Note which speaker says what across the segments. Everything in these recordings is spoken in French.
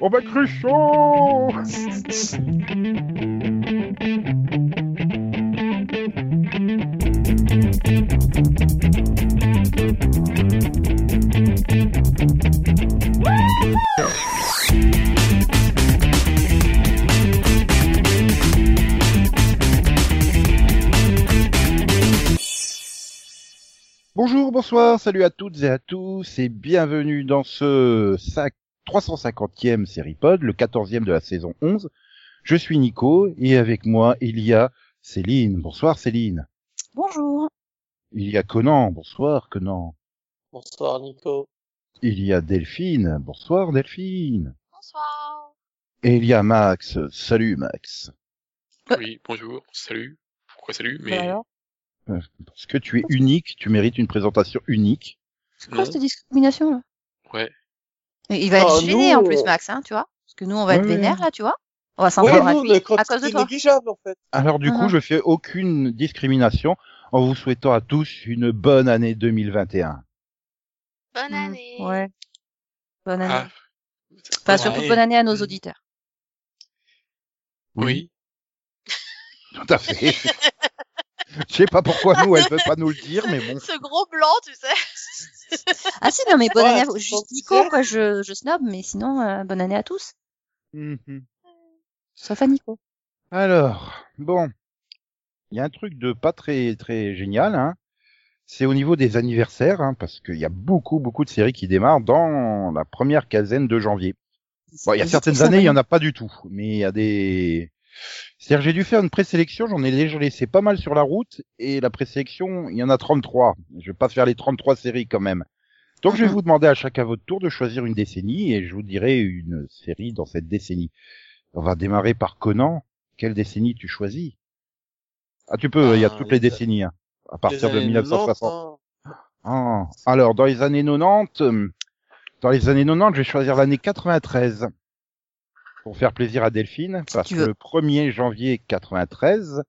Speaker 1: On va être chaud Bonjour, bonsoir, salut à toutes et à tous et bienvenue dans ce cinq- 350e série pod, le 14e de la saison 11. Je suis Nico et avec moi il y a Céline. Bonsoir Céline.
Speaker 2: Bonjour.
Speaker 1: Il y a Conan. Bonsoir Conan.
Speaker 3: Bonsoir Nico.
Speaker 1: Il y a Delphine. Bonsoir Delphine.
Speaker 2: Bonsoir.
Speaker 1: Et il y a Max. Salut Max.
Speaker 4: Oui, bonjour, salut. Pourquoi salut Mais
Speaker 2: Bah alors,
Speaker 1: Parce que tu es unique, tu mérites une présentation unique.
Speaker 2: c'est
Speaker 4: non.
Speaker 2: quoi cette discrimination là
Speaker 4: Ouais.
Speaker 2: Et Il va
Speaker 3: Ah,
Speaker 2: être gêné
Speaker 3: nous,
Speaker 2: en plus
Speaker 3: on-
Speaker 2: Max, hein, tu vois Parce que nous on va être
Speaker 1: Ouais, ouais.
Speaker 2: vénère là, tu vois On va s'en
Speaker 1: Ouais,
Speaker 2: prendre à
Speaker 3: nous,
Speaker 2: lui
Speaker 3: le
Speaker 2: à
Speaker 3: quantité
Speaker 2: cause de
Speaker 3: est
Speaker 2: toi.
Speaker 3: négligeable en fait.
Speaker 1: Alors du coup,
Speaker 2: Ah.
Speaker 1: je fais aucune discrimination en vous souhaitant à tous une bonne année 2021.
Speaker 5: Bonne
Speaker 2: Mm,
Speaker 5: année.
Speaker 2: Ouais. Bonne année.
Speaker 4: Ah.
Speaker 2: enfin,
Speaker 4: Ouais.
Speaker 2: surtout bonne année à nos auditeurs.
Speaker 4: Oui.
Speaker 1: Tout à fait. Je sais pas pourquoi nous, elle peut pas nous le dire, mais bon.
Speaker 5: Ce gros blanc, tu sais.
Speaker 2: Ah si, non mais bonne
Speaker 3: Ouais,
Speaker 2: année à
Speaker 3: c'est
Speaker 2: vous. Juste
Speaker 3: gentil.
Speaker 2: Nico, quoi, je, je snob, mais sinon, euh, bonne année à tous.
Speaker 1: Mhm.
Speaker 2: Sauf à Nico.
Speaker 1: Alors, bon, il y a un truc de pas très très génial, hein. C'est au niveau des anniversaires, hein, parce qu'il y a beaucoup beaucoup de séries qui démarrent dans la première quinzaine de janvier. Bon, il y a certaines années, il y en a pas du tout, mais il y a des. C'est-à-dire, j'ai dû faire une présélection, j'en ai déjà laissé pas mal sur la route, et la présélection, il y en a 33. Je vais pas faire les 33 séries quand même. Donc, je vais
Speaker 2: Mhm.
Speaker 1: vous demander à chacun votre tour de choisir une décennie, et je vous dirai une série dans cette décennie. On va démarrer par Conan. Quelle décennie tu choisis Ah, tu peux, il y a
Speaker 3: Ah,
Speaker 1: toutes
Speaker 3: les-
Speaker 1: les décennies, hein, à partir
Speaker 3: Les
Speaker 1: de
Speaker 3: années
Speaker 1: 1960.
Speaker 3: 90,
Speaker 1: Ah, alors, dans les années 90, euh, dans les années 90, je vais choisir l'année 93. Pour faire plaisir à Delphine,
Speaker 2: Si
Speaker 1: parce
Speaker 2: tu
Speaker 1: que
Speaker 2: veux.
Speaker 1: le 1er janvier 93,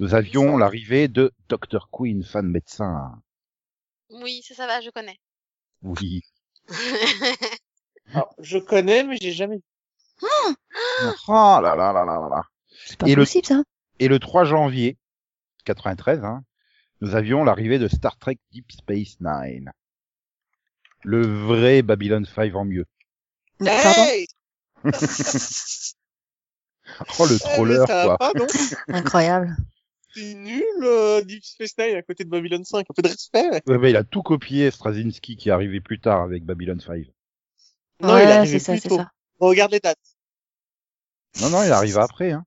Speaker 1: nous avions l'arrivée de Dr. Queen, fan médecin.
Speaker 5: Oui, ça, ça va, je connais.
Speaker 1: Oui.
Speaker 3: hein. Alors, je connais, mais j'ai jamais.
Speaker 1: Oh là là là là là là.
Speaker 2: C'est pas
Speaker 1: Et le-
Speaker 2: possible ça.
Speaker 1: Et le 3 janvier 93, hein, nous avions l'arrivée de Star Trek Deep Space Nine. Le vrai Babylon 5 en mieux.
Speaker 3: Eh
Speaker 2: Pardon
Speaker 3: Hey
Speaker 1: Oh le
Speaker 3: Eh, mais
Speaker 1: troller
Speaker 3: ça
Speaker 1: quoi.
Speaker 3: va pas, non
Speaker 2: Incroyable.
Speaker 3: C'est nul, euh, Deep Space Nine à côté de Babylon 5. Un peu de respect. ouais.
Speaker 1: Ouais, mais il a tout copié Straczynski qui est arrivé plus tard avec Babylon 5.
Speaker 3: Non,
Speaker 2: ouais,
Speaker 3: il arrivait
Speaker 2: c'est ça,
Speaker 3: plus
Speaker 2: c'est
Speaker 3: tôt.
Speaker 2: ça.
Speaker 3: Regarde les dates.
Speaker 1: Non, non, il arrive après. Hein.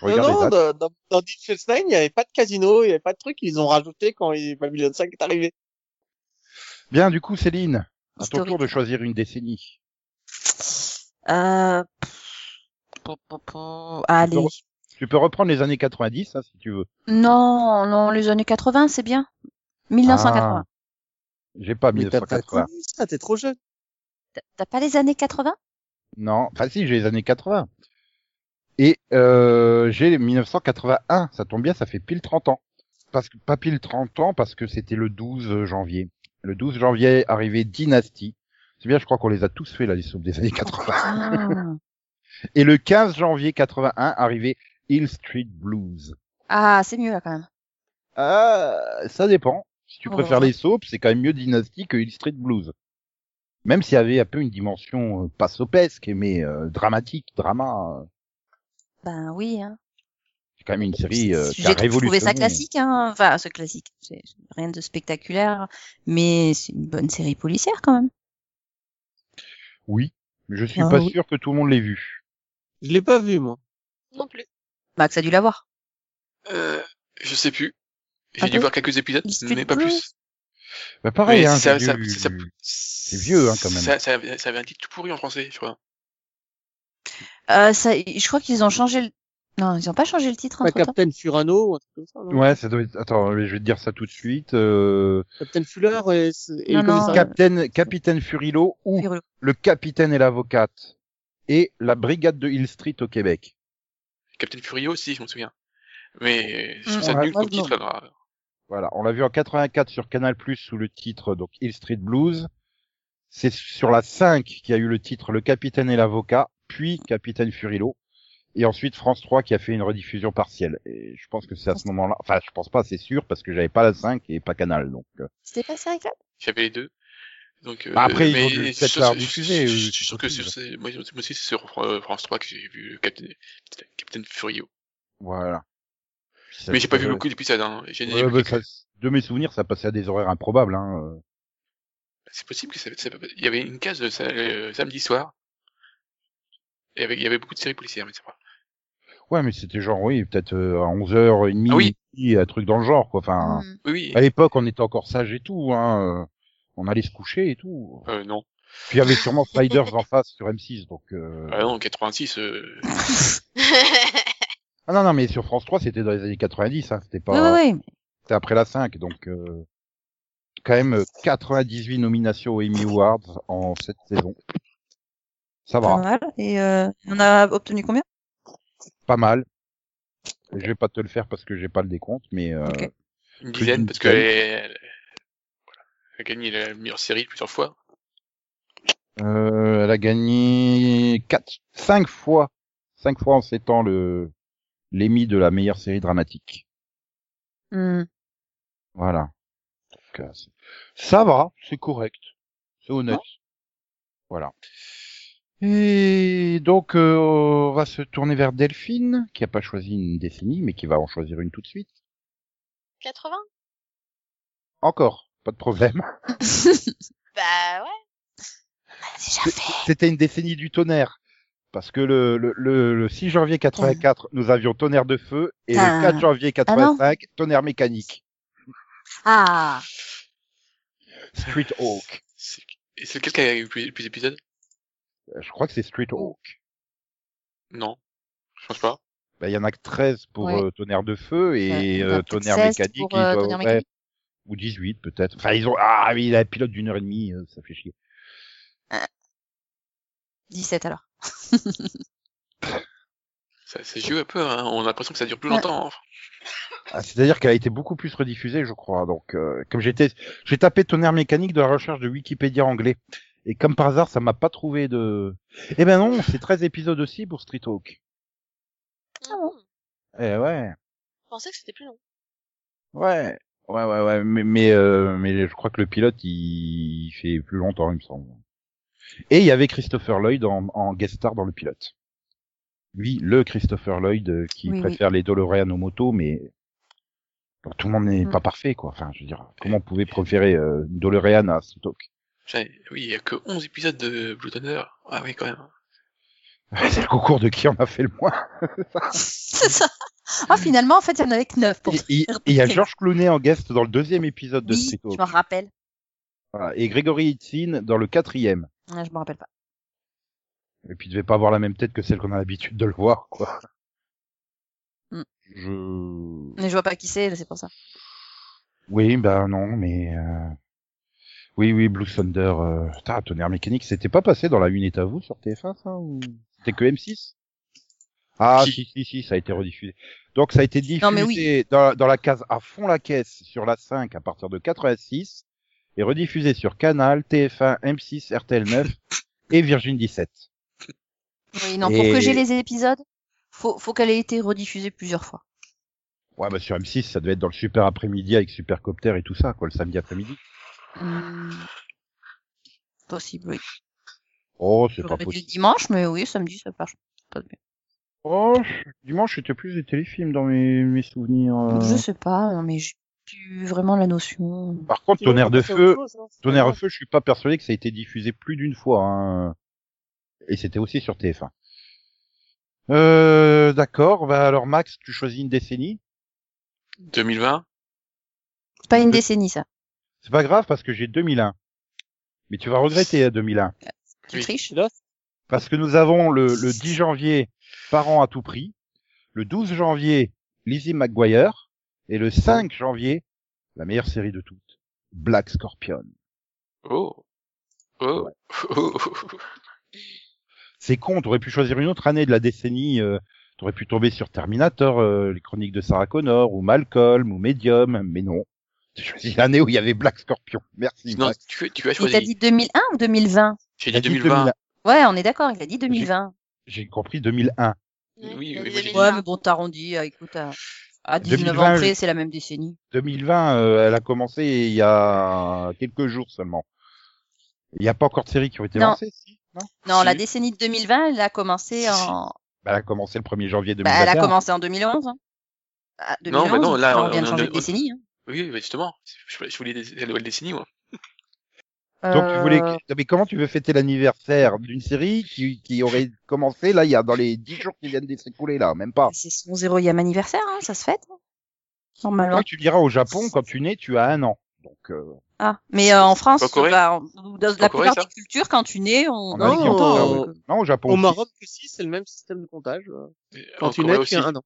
Speaker 1: Regarde
Speaker 3: non, bah-
Speaker 1: les
Speaker 3: non,
Speaker 1: dates.
Speaker 3: dans, dans, dans Deep Space Nine, il n'y avait pas de casino, il n'y avait pas de truc. Ils ont rajouté quand il- Babylon 5 est arrivé.
Speaker 1: Ah, Bien, du coup, Céline, à ton
Speaker 2: Historique.
Speaker 1: tour de choisir une décennie.
Speaker 2: Euh... pff, pou, pou, pou, Allez.
Speaker 1: Tu peux reprendre les années 90, hein, si tu veux.
Speaker 2: Non, non, les années 80, c'est bien. 1980.
Speaker 1: Ah, J'ai pas
Speaker 3: Mais t'as pas
Speaker 1: 1980.
Speaker 3: connu ça, t'es trop jeune.
Speaker 2: T'as- T'as pas les années 80
Speaker 1: Non, enfin si, j'ai les années 80. Et euh, j'ai les 1981, ça tombe bien, ça fait pile 30 ans. Parce que, pas pile 30 ans, parce que c'était le 12 janvier. Le 12 janvier, arrivait Dynasty. C'est bien, je crois qu'on les a tous fait, là, les soupes des années 80.
Speaker 2: Ah.
Speaker 1: Et le 15 janvier 81, arrivait Hill Street Blues.
Speaker 2: Ah, c'est mieux là quand même.
Speaker 1: Ah, ça dépend. Si tu
Speaker 2: Ouais.
Speaker 1: préfères les soaps, c'est quand même mieux Dynasty que Hill Street Blues. Même s'il y avait un peu une dimension euh, pas sopesque, mais euh, dramatique, drama. euh,
Speaker 2: Ben oui. Hein.
Speaker 1: C'est quand même une série euh, qui a
Speaker 2: J'ai trouvé ça
Speaker 1: révolutionné.
Speaker 2: classique. Hein. Enfin, c'est classique. C'est rien de spectaculaire, mais c'est une bonne série policière quand même.
Speaker 1: Oui, mais je suis
Speaker 2: Ah,
Speaker 1: pas
Speaker 2: oui.
Speaker 1: sûr que tout le monde l'ait vu.
Speaker 3: Je l'ai pas vu, moi.
Speaker 5: non plus.
Speaker 2: Max Bah, a dû la voir.
Speaker 4: Euh, je sais plus. J'ai
Speaker 2: Ah
Speaker 4: dû
Speaker 2: bon
Speaker 4: voir quelques épisodes,
Speaker 2: Il se fait
Speaker 4: mais pas
Speaker 2: plus.
Speaker 4: plus.
Speaker 1: Bah pareil,
Speaker 4: Mais
Speaker 1: hein,
Speaker 4: ça-
Speaker 1: j'ai
Speaker 4: ça-
Speaker 1: vu-
Speaker 4: ça-
Speaker 1: c'est vieux, hein, quand même.
Speaker 4: Ça, ça, avait- ça avait un titre tout pourri en français, je crois.
Speaker 2: Euh, ça, je crois qu'ils ont changé. Le... Non, ils ont pas changé le titre
Speaker 3: Pas
Speaker 2: entre temps.
Speaker 3: Captain Furano, un truc comme ça, non
Speaker 1: Ouais, ça doit être... Attends, je vais te dire ça tout de suite. euh,
Speaker 3: Captain Fuller et, et
Speaker 2: Non, non,
Speaker 3: le commissaire.
Speaker 2: euh,
Speaker 1: Capitaine, Capitaine Furilo ou Le Capitaine et l'Avocate et la Brigade de Hill Street au Québec.
Speaker 4: Captain Furio aussi, je m'en souviens. Mais je
Speaker 2: Mm,
Speaker 4: trouve ça
Speaker 1: ouais,
Speaker 4: nul
Speaker 2: moi,
Speaker 4: comme
Speaker 2: je m'en-
Speaker 4: titre. alors. euh,
Speaker 1: Voilà, on l'a vu en 84 sur Canal Plus sous le titre donc Hill Street Blues. C'est sur la 5 qui a eu le titre Le Capitaine et l'Avocat, puis Capitaine Furilo, et ensuite France 3 qui a fait une rediffusion partielle. Et je pense que c'est à ce moment-là, enfin je pense pas, c'est sûr, parce que j'avais pas la 5 et pas Canal, donc. euh,
Speaker 5: C'était pas série club
Speaker 4: J'avais les deux. Donc, euh,
Speaker 1: Bah, après, ils
Speaker 4: mais
Speaker 1: ont dû
Speaker 4: je suis
Speaker 1: peut-être
Speaker 4: sûr-
Speaker 1: la
Speaker 4: je suis-
Speaker 1: rediffuser,
Speaker 4: Je
Speaker 1: euh,
Speaker 4: suis
Speaker 1: c'est
Speaker 4: sûr que
Speaker 1: possible.
Speaker 4: c'est, moi, moi aussi, c'est sur euh, France 3 que j'ai vu le Capitaine, Capitaine Furio.
Speaker 1: Voilà.
Speaker 4: Mais j'ai pas vu beaucoup d'épisodes, hein. J'ai- j'ai
Speaker 1: Ouais,
Speaker 4: vu
Speaker 1: bah,
Speaker 4: que-
Speaker 1: ça- de mes souvenirs, ça passait à des horaires improbables. Hein. euh.
Speaker 4: C'est possible que ça, ça- il y avait une case de sa- euh, samedi soir. Et avec, il y avait beaucoup de séries policières, mais c'est pas.
Speaker 1: Ouais, mais c'était genre, oui, peut-être euh, à 11h30,
Speaker 4: Ah oui.
Speaker 1: midi, un truc dans le genre, quoi. Enfin,
Speaker 2: Hmm.
Speaker 4: Oui, oui.
Speaker 1: à l'époque, on était encore sage et tout, hein. euh, On allait se coucher et tout.
Speaker 4: Euh, non.
Speaker 1: Puis il y avait sûrement Spiders en face sur M6, donc... euh,
Speaker 4: Ah non, 86, euh,
Speaker 1: Ah non, non, mais sur France 3, c'était dans les années 90, hein. C'était pas...
Speaker 2: Oui, oui, oui.
Speaker 1: C'était après la 5, donc... euh, Quand même euh, 98 nominations aux Emmy Awards en cette saison. Ça va,
Speaker 2: Pas mal. Et euh, on a obtenu combien
Speaker 1: pas mal. Je vais pas te le faire parce que j'ai pas le décompte, mais... euh,
Speaker 2: Ok.
Speaker 4: une
Speaker 1: Plus
Speaker 4: dizaine,
Speaker 1: d'une
Speaker 4: parce que
Speaker 1: dizaine.
Speaker 4: elle, elle- voilà, elle a gagné la meilleure série plusieurs fois.
Speaker 1: Euh, elle a gagné quatre, cinq fois, cinq fois en sept ans le l'émis de la meilleure série dramatique.
Speaker 2: Hmm.
Speaker 1: Voilà. Donc, euh, c'est- Ça va, c'est correct, c'est honnête. Voilà. Et donc euh, on va se tourner vers Delphine, qui a pas choisi une décennie, mais qui va en choisir une tout de suite.
Speaker 5: 80
Speaker 1: Encore, pas de problème.
Speaker 5: Bah ouais.
Speaker 2: Déjà fait.
Speaker 1: C'était une décennie du tonnerre. Parce que le, le, le, le 6 janvier 84, nous avions tonnerre de feu, et
Speaker 2: Ah.
Speaker 1: le 4 janvier
Speaker 2: non.
Speaker 1: 85, tonnerre mécanique.
Speaker 2: Ah.
Speaker 1: Street Hawk.
Speaker 4: C'est- Et c'est lequel qui a gagné le plus, le plus d'épisodes?
Speaker 1: Euh, Je crois que c'est Street Hawk.
Speaker 4: Non. Je pense pas.
Speaker 1: Ben, Il y en a que 13 pour
Speaker 2: Ouais.
Speaker 1: euh, tonnerre de feu,
Speaker 2: Ouais,
Speaker 1: et
Speaker 2: il y en a
Speaker 1: euh,
Speaker 2: peut-être
Speaker 1: tonnerre
Speaker 2: 16
Speaker 1: mécanique,
Speaker 2: pour, euh,
Speaker 1: il doit-
Speaker 2: Tonnerre
Speaker 1: ouais,
Speaker 2: Mécanique.
Speaker 1: ou 18 peut-être. Enfin, ils ont... Ah, mais il a un pilote d'une heure et demie, euh, ça fait chier.
Speaker 2: 17 alors.
Speaker 4: Ça, ça joue un peu, hein. On a l'impression que ça dure plus
Speaker 2: Ouais.
Speaker 4: longtemps. hein.
Speaker 1: Ah, C'est-à-dire qu'elle a été beaucoup plus rediffusée, je crois. Donc, euh, comme j'étais, j'ai tapé tonnerre mécanique de la recherche de Wikipédia anglais. Et comme par hasard, ça m'a pas trouvé de. Eh ben non, c'est 13 épisodes aussi pour Street Hawk.
Speaker 2: Ah bon
Speaker 5: Hmm.
Speaker 1: Eh ouais,
Speaker 5: Je pensais que c'était plus long.
Speaker 1: ouais, ouais, ouais, ouais. Mais mais, euh, mais je crois que le pilote, il... il fait plus longtemps, il me semble. Et il y avait Christopher Lloyd en, en guest star dans le pilote. Lui, le Christopher Lloyd euh, qui
Speaker 2: Oui, oui.
Speaker 1: préfère les DeLorean aux motos, mais Donc, tout le monde n'est
Speaker 2: Mm.
Speaker 1: pas parfait, quoi. Enfin, je veux dire, comment on pouvait préférer euh, une DeLorean à Street Hawk
Speaker 4: Putain, Oui, il y a que 11 épisodes de Blue Thunder. Ah oui, quand même.
Speaker 1: C'est le concours de qui en a fait le moins.
Speaker 2: C'est ça. Ah, finalement, en fait, il y en avait que 9 pour
Speaker 1: Il- Il il y a George Clooney en guest dans le deuxième épisode de
Speaker 2: Oui,
Speaker 1: Street
Speaker 2: je
Speaker 1: Hawk.
Speaker 2: m'en rappelle.
Speaker 1: Voilà. Et Gregory Hitzin dans le quatrième.
Speaker 2: Ah, je m'en rappelle pas.
Speaker 1: Et puis, il devait pas avoir la même tête que celle qu'on a l'habitude de le voir, quoi.
Speaker 2: Mm.
Speaker 1: Je...
Speaker 2: Mais je vois pas qui c'est, c'est pour ça.
Speaker 1: Oui, ben non, mais... euh, Oui, oui, Blue Thunder, euh... Putain, tonnerre mécanique, c'était pas passé dans la une est à vous sur TF1, ça ou... C'était que M6 Ah,
Speaker 4: Si.
Speaker 1: si. si, si, ça a été rediffusé. Donc ça a été diffusé
Speaker 2: Non, mais
Speaker 1: dans, dans la case à fond la caisse sur la 5 à partir de 86 et rediffusé sur Canal, TF1, M6, RTL9 et Virgin 17.
Speaker 2: Oui, non, pour
Speaker 1: Et-
Speaker 2: que j'ai les épisodes, faut, faut qu'elle ait été rediffusée plusieurs fois.
Speaker 1: Ouais, bah sur M6, ça devait être dans le super après-midi avec Supercopter et tout ça, quoi, le samedi après-midi.
Speaker 2: Hmm. Possible, oui.
Speaker 1: Oh, c'est pas
Speaker 2: J'aurais dit
Speaker 1: possible.
Speaker 2: dimanche, mais oui, samedi, ça marche. Pas bien.
Speaker 1: Oh, dimanche, c'était plus des téléfilms dans mes, mes souvenirs. euh.
Speaker 2: Je sais pas, non, mais j'ai plus vraiment la notion.
Speaker 1: Par contre,
Speaker 3: Tu vois,
Speaker 1: Tonnerre de
Speaker 3: c'est autre
Speaker 1: Feu,
Speaker 3: chose, hein. C'est
Speaker 1: Tonnerre de
Speaker 3: pas
Speaker 1: Feu, je suis pas persuadé que ça a été diffusé plus d'une fois. hein. Et c'était aussi sur TF1. Euh, d'accord. Bah alors Max, tu choisis une décennie.
Speaker 4: 2020.
Speaker 2: C'est pas une
Speaker 1: Je-
Speaker 2: décennie, ça.
Speaker 1: C'est pas grave parce que j'ai 2001. Mais tu vas regretter hein, 2001
Speaker 2: Tu
Speaker 4: Oui.
Speaker 2: triches.
Speaker 3: grave.
Speaker 1: parce que nous avons le, le 10 janvier Parents à tout prix, le 12 janvier Lizzie McGuire et le 5 janvier la meilleure série de toutes, Black Scorpion.
Speaker 4: Oh. Oh. Oh.
Speaker 1: C'est con, t'aurais pu choisir une autre année de la décennie, euh, t'aurais pu tomber sur Terminator, euh, les chroniques de Sarah Connor, ou Malcolm, ou Medium, mais non. J'ai choisi l'année où il y avait Black Scorpion. Merci.
Speaker 4: Non,
Speaker 1: Max.
Speaker 4: tu, tu as
Speaker 2: Il t'a
Speaker 4: choisi.
Speaker 2: dit 2001 ou 2020
Speaker 4: J'ai
Speaker 1: Il a
Speaker 4: dit
Speaker 1: dit
Speaker 4: 2020.
Speaker 2: Ouais, on est d'accord, il a dit 2020.
Speaker 1: J'ai compris 2001.
Speaker 4: Oui,
Speaker 5: Ouais,
Speaker 4: oui,
Speaker 5: il a
Speaker 4: oui,
Speaker 5: dit
Speaker 4: oui,
Speaker 5: 2020.
Speaker 2: Ouais, mais bon, t'arrondis, euh, écoute, à, à 19
Speaker 1: 2020,
Speaker 2: ans près, c'est la même décennie.
Speaker 1: 2020, euh, elle a commencé il y a quelques jours seulement. Il n'y a pas encore de séries qui ont été
Speaker 2: Non.
Speaker 1: lancées, si non
Speaker 2: Non,
Speaker 4: Si.
Speaker 2: la décennie de 2020, elle a commencé
Speaker 4: Si, si.
Speaker 2: en,
Speaker 1: Bah, Elle a commencé le 1er janvier 2021.
Speaker 2: bah, elle a commencé en 2011. hein. Ah,
Speaker 4: Non,
Speaker 2: 2011,
Speaker 4: mais non, là,
Speaker 2: on vient de
Speaker 4: on-
Speaker 2: changer
Speaker 4: on-
Speaker 2: de décennie. hein.
Speaker 4: Oui, oui, mais justement. Je, je voulais des- la nouvelle décennie, moi.
Speaker 1: Donc tu voulais,
Speaker 2: Euh,
Speaker 1: mais comment tu veux fêter l'anniversaire d'une série qui, qui aurait commencé là il y a dans les 10 jours qui viennent de s'écouler là, même pas.
Speaker 2: bah, C'est son 0e anniversaire, hein, ça se fête. hein, Normalement.
Speaker 1: Toi tu me diras au Japon quand tu nais tu as un an. Donc euh,
Speaker 2: Ah, mais euh, en France,
Speaker 4: Pas en Corée
Speaker 2: bah, en- dans
Speaker 4: Pas en
Speaker 2: la
Speaker 4: Corée,
Speaker 2: plupart
Speaker 4: ça
Speaker 2: des cultures, quand tu nais, on. Oh.
Speaker 1: en Asie,
Speaker 3: non,
Speaker 1: on peut-
Speaker 3: euh,
Speaker 1: ah ouais. non au Japon.
Speaker 3: Au
Speaker 1: aussi.
Speaker 3: Maroc aussi, c'est le même système de comptage. euh.
Speaker 4: Et
Speaker 3: Quand
Speaker 4: en
Speaker 3: tu
Speaker 4: Corée
Speaker 3: nais,
Speaker 4: aussi.
Speaker 3: tu as un an.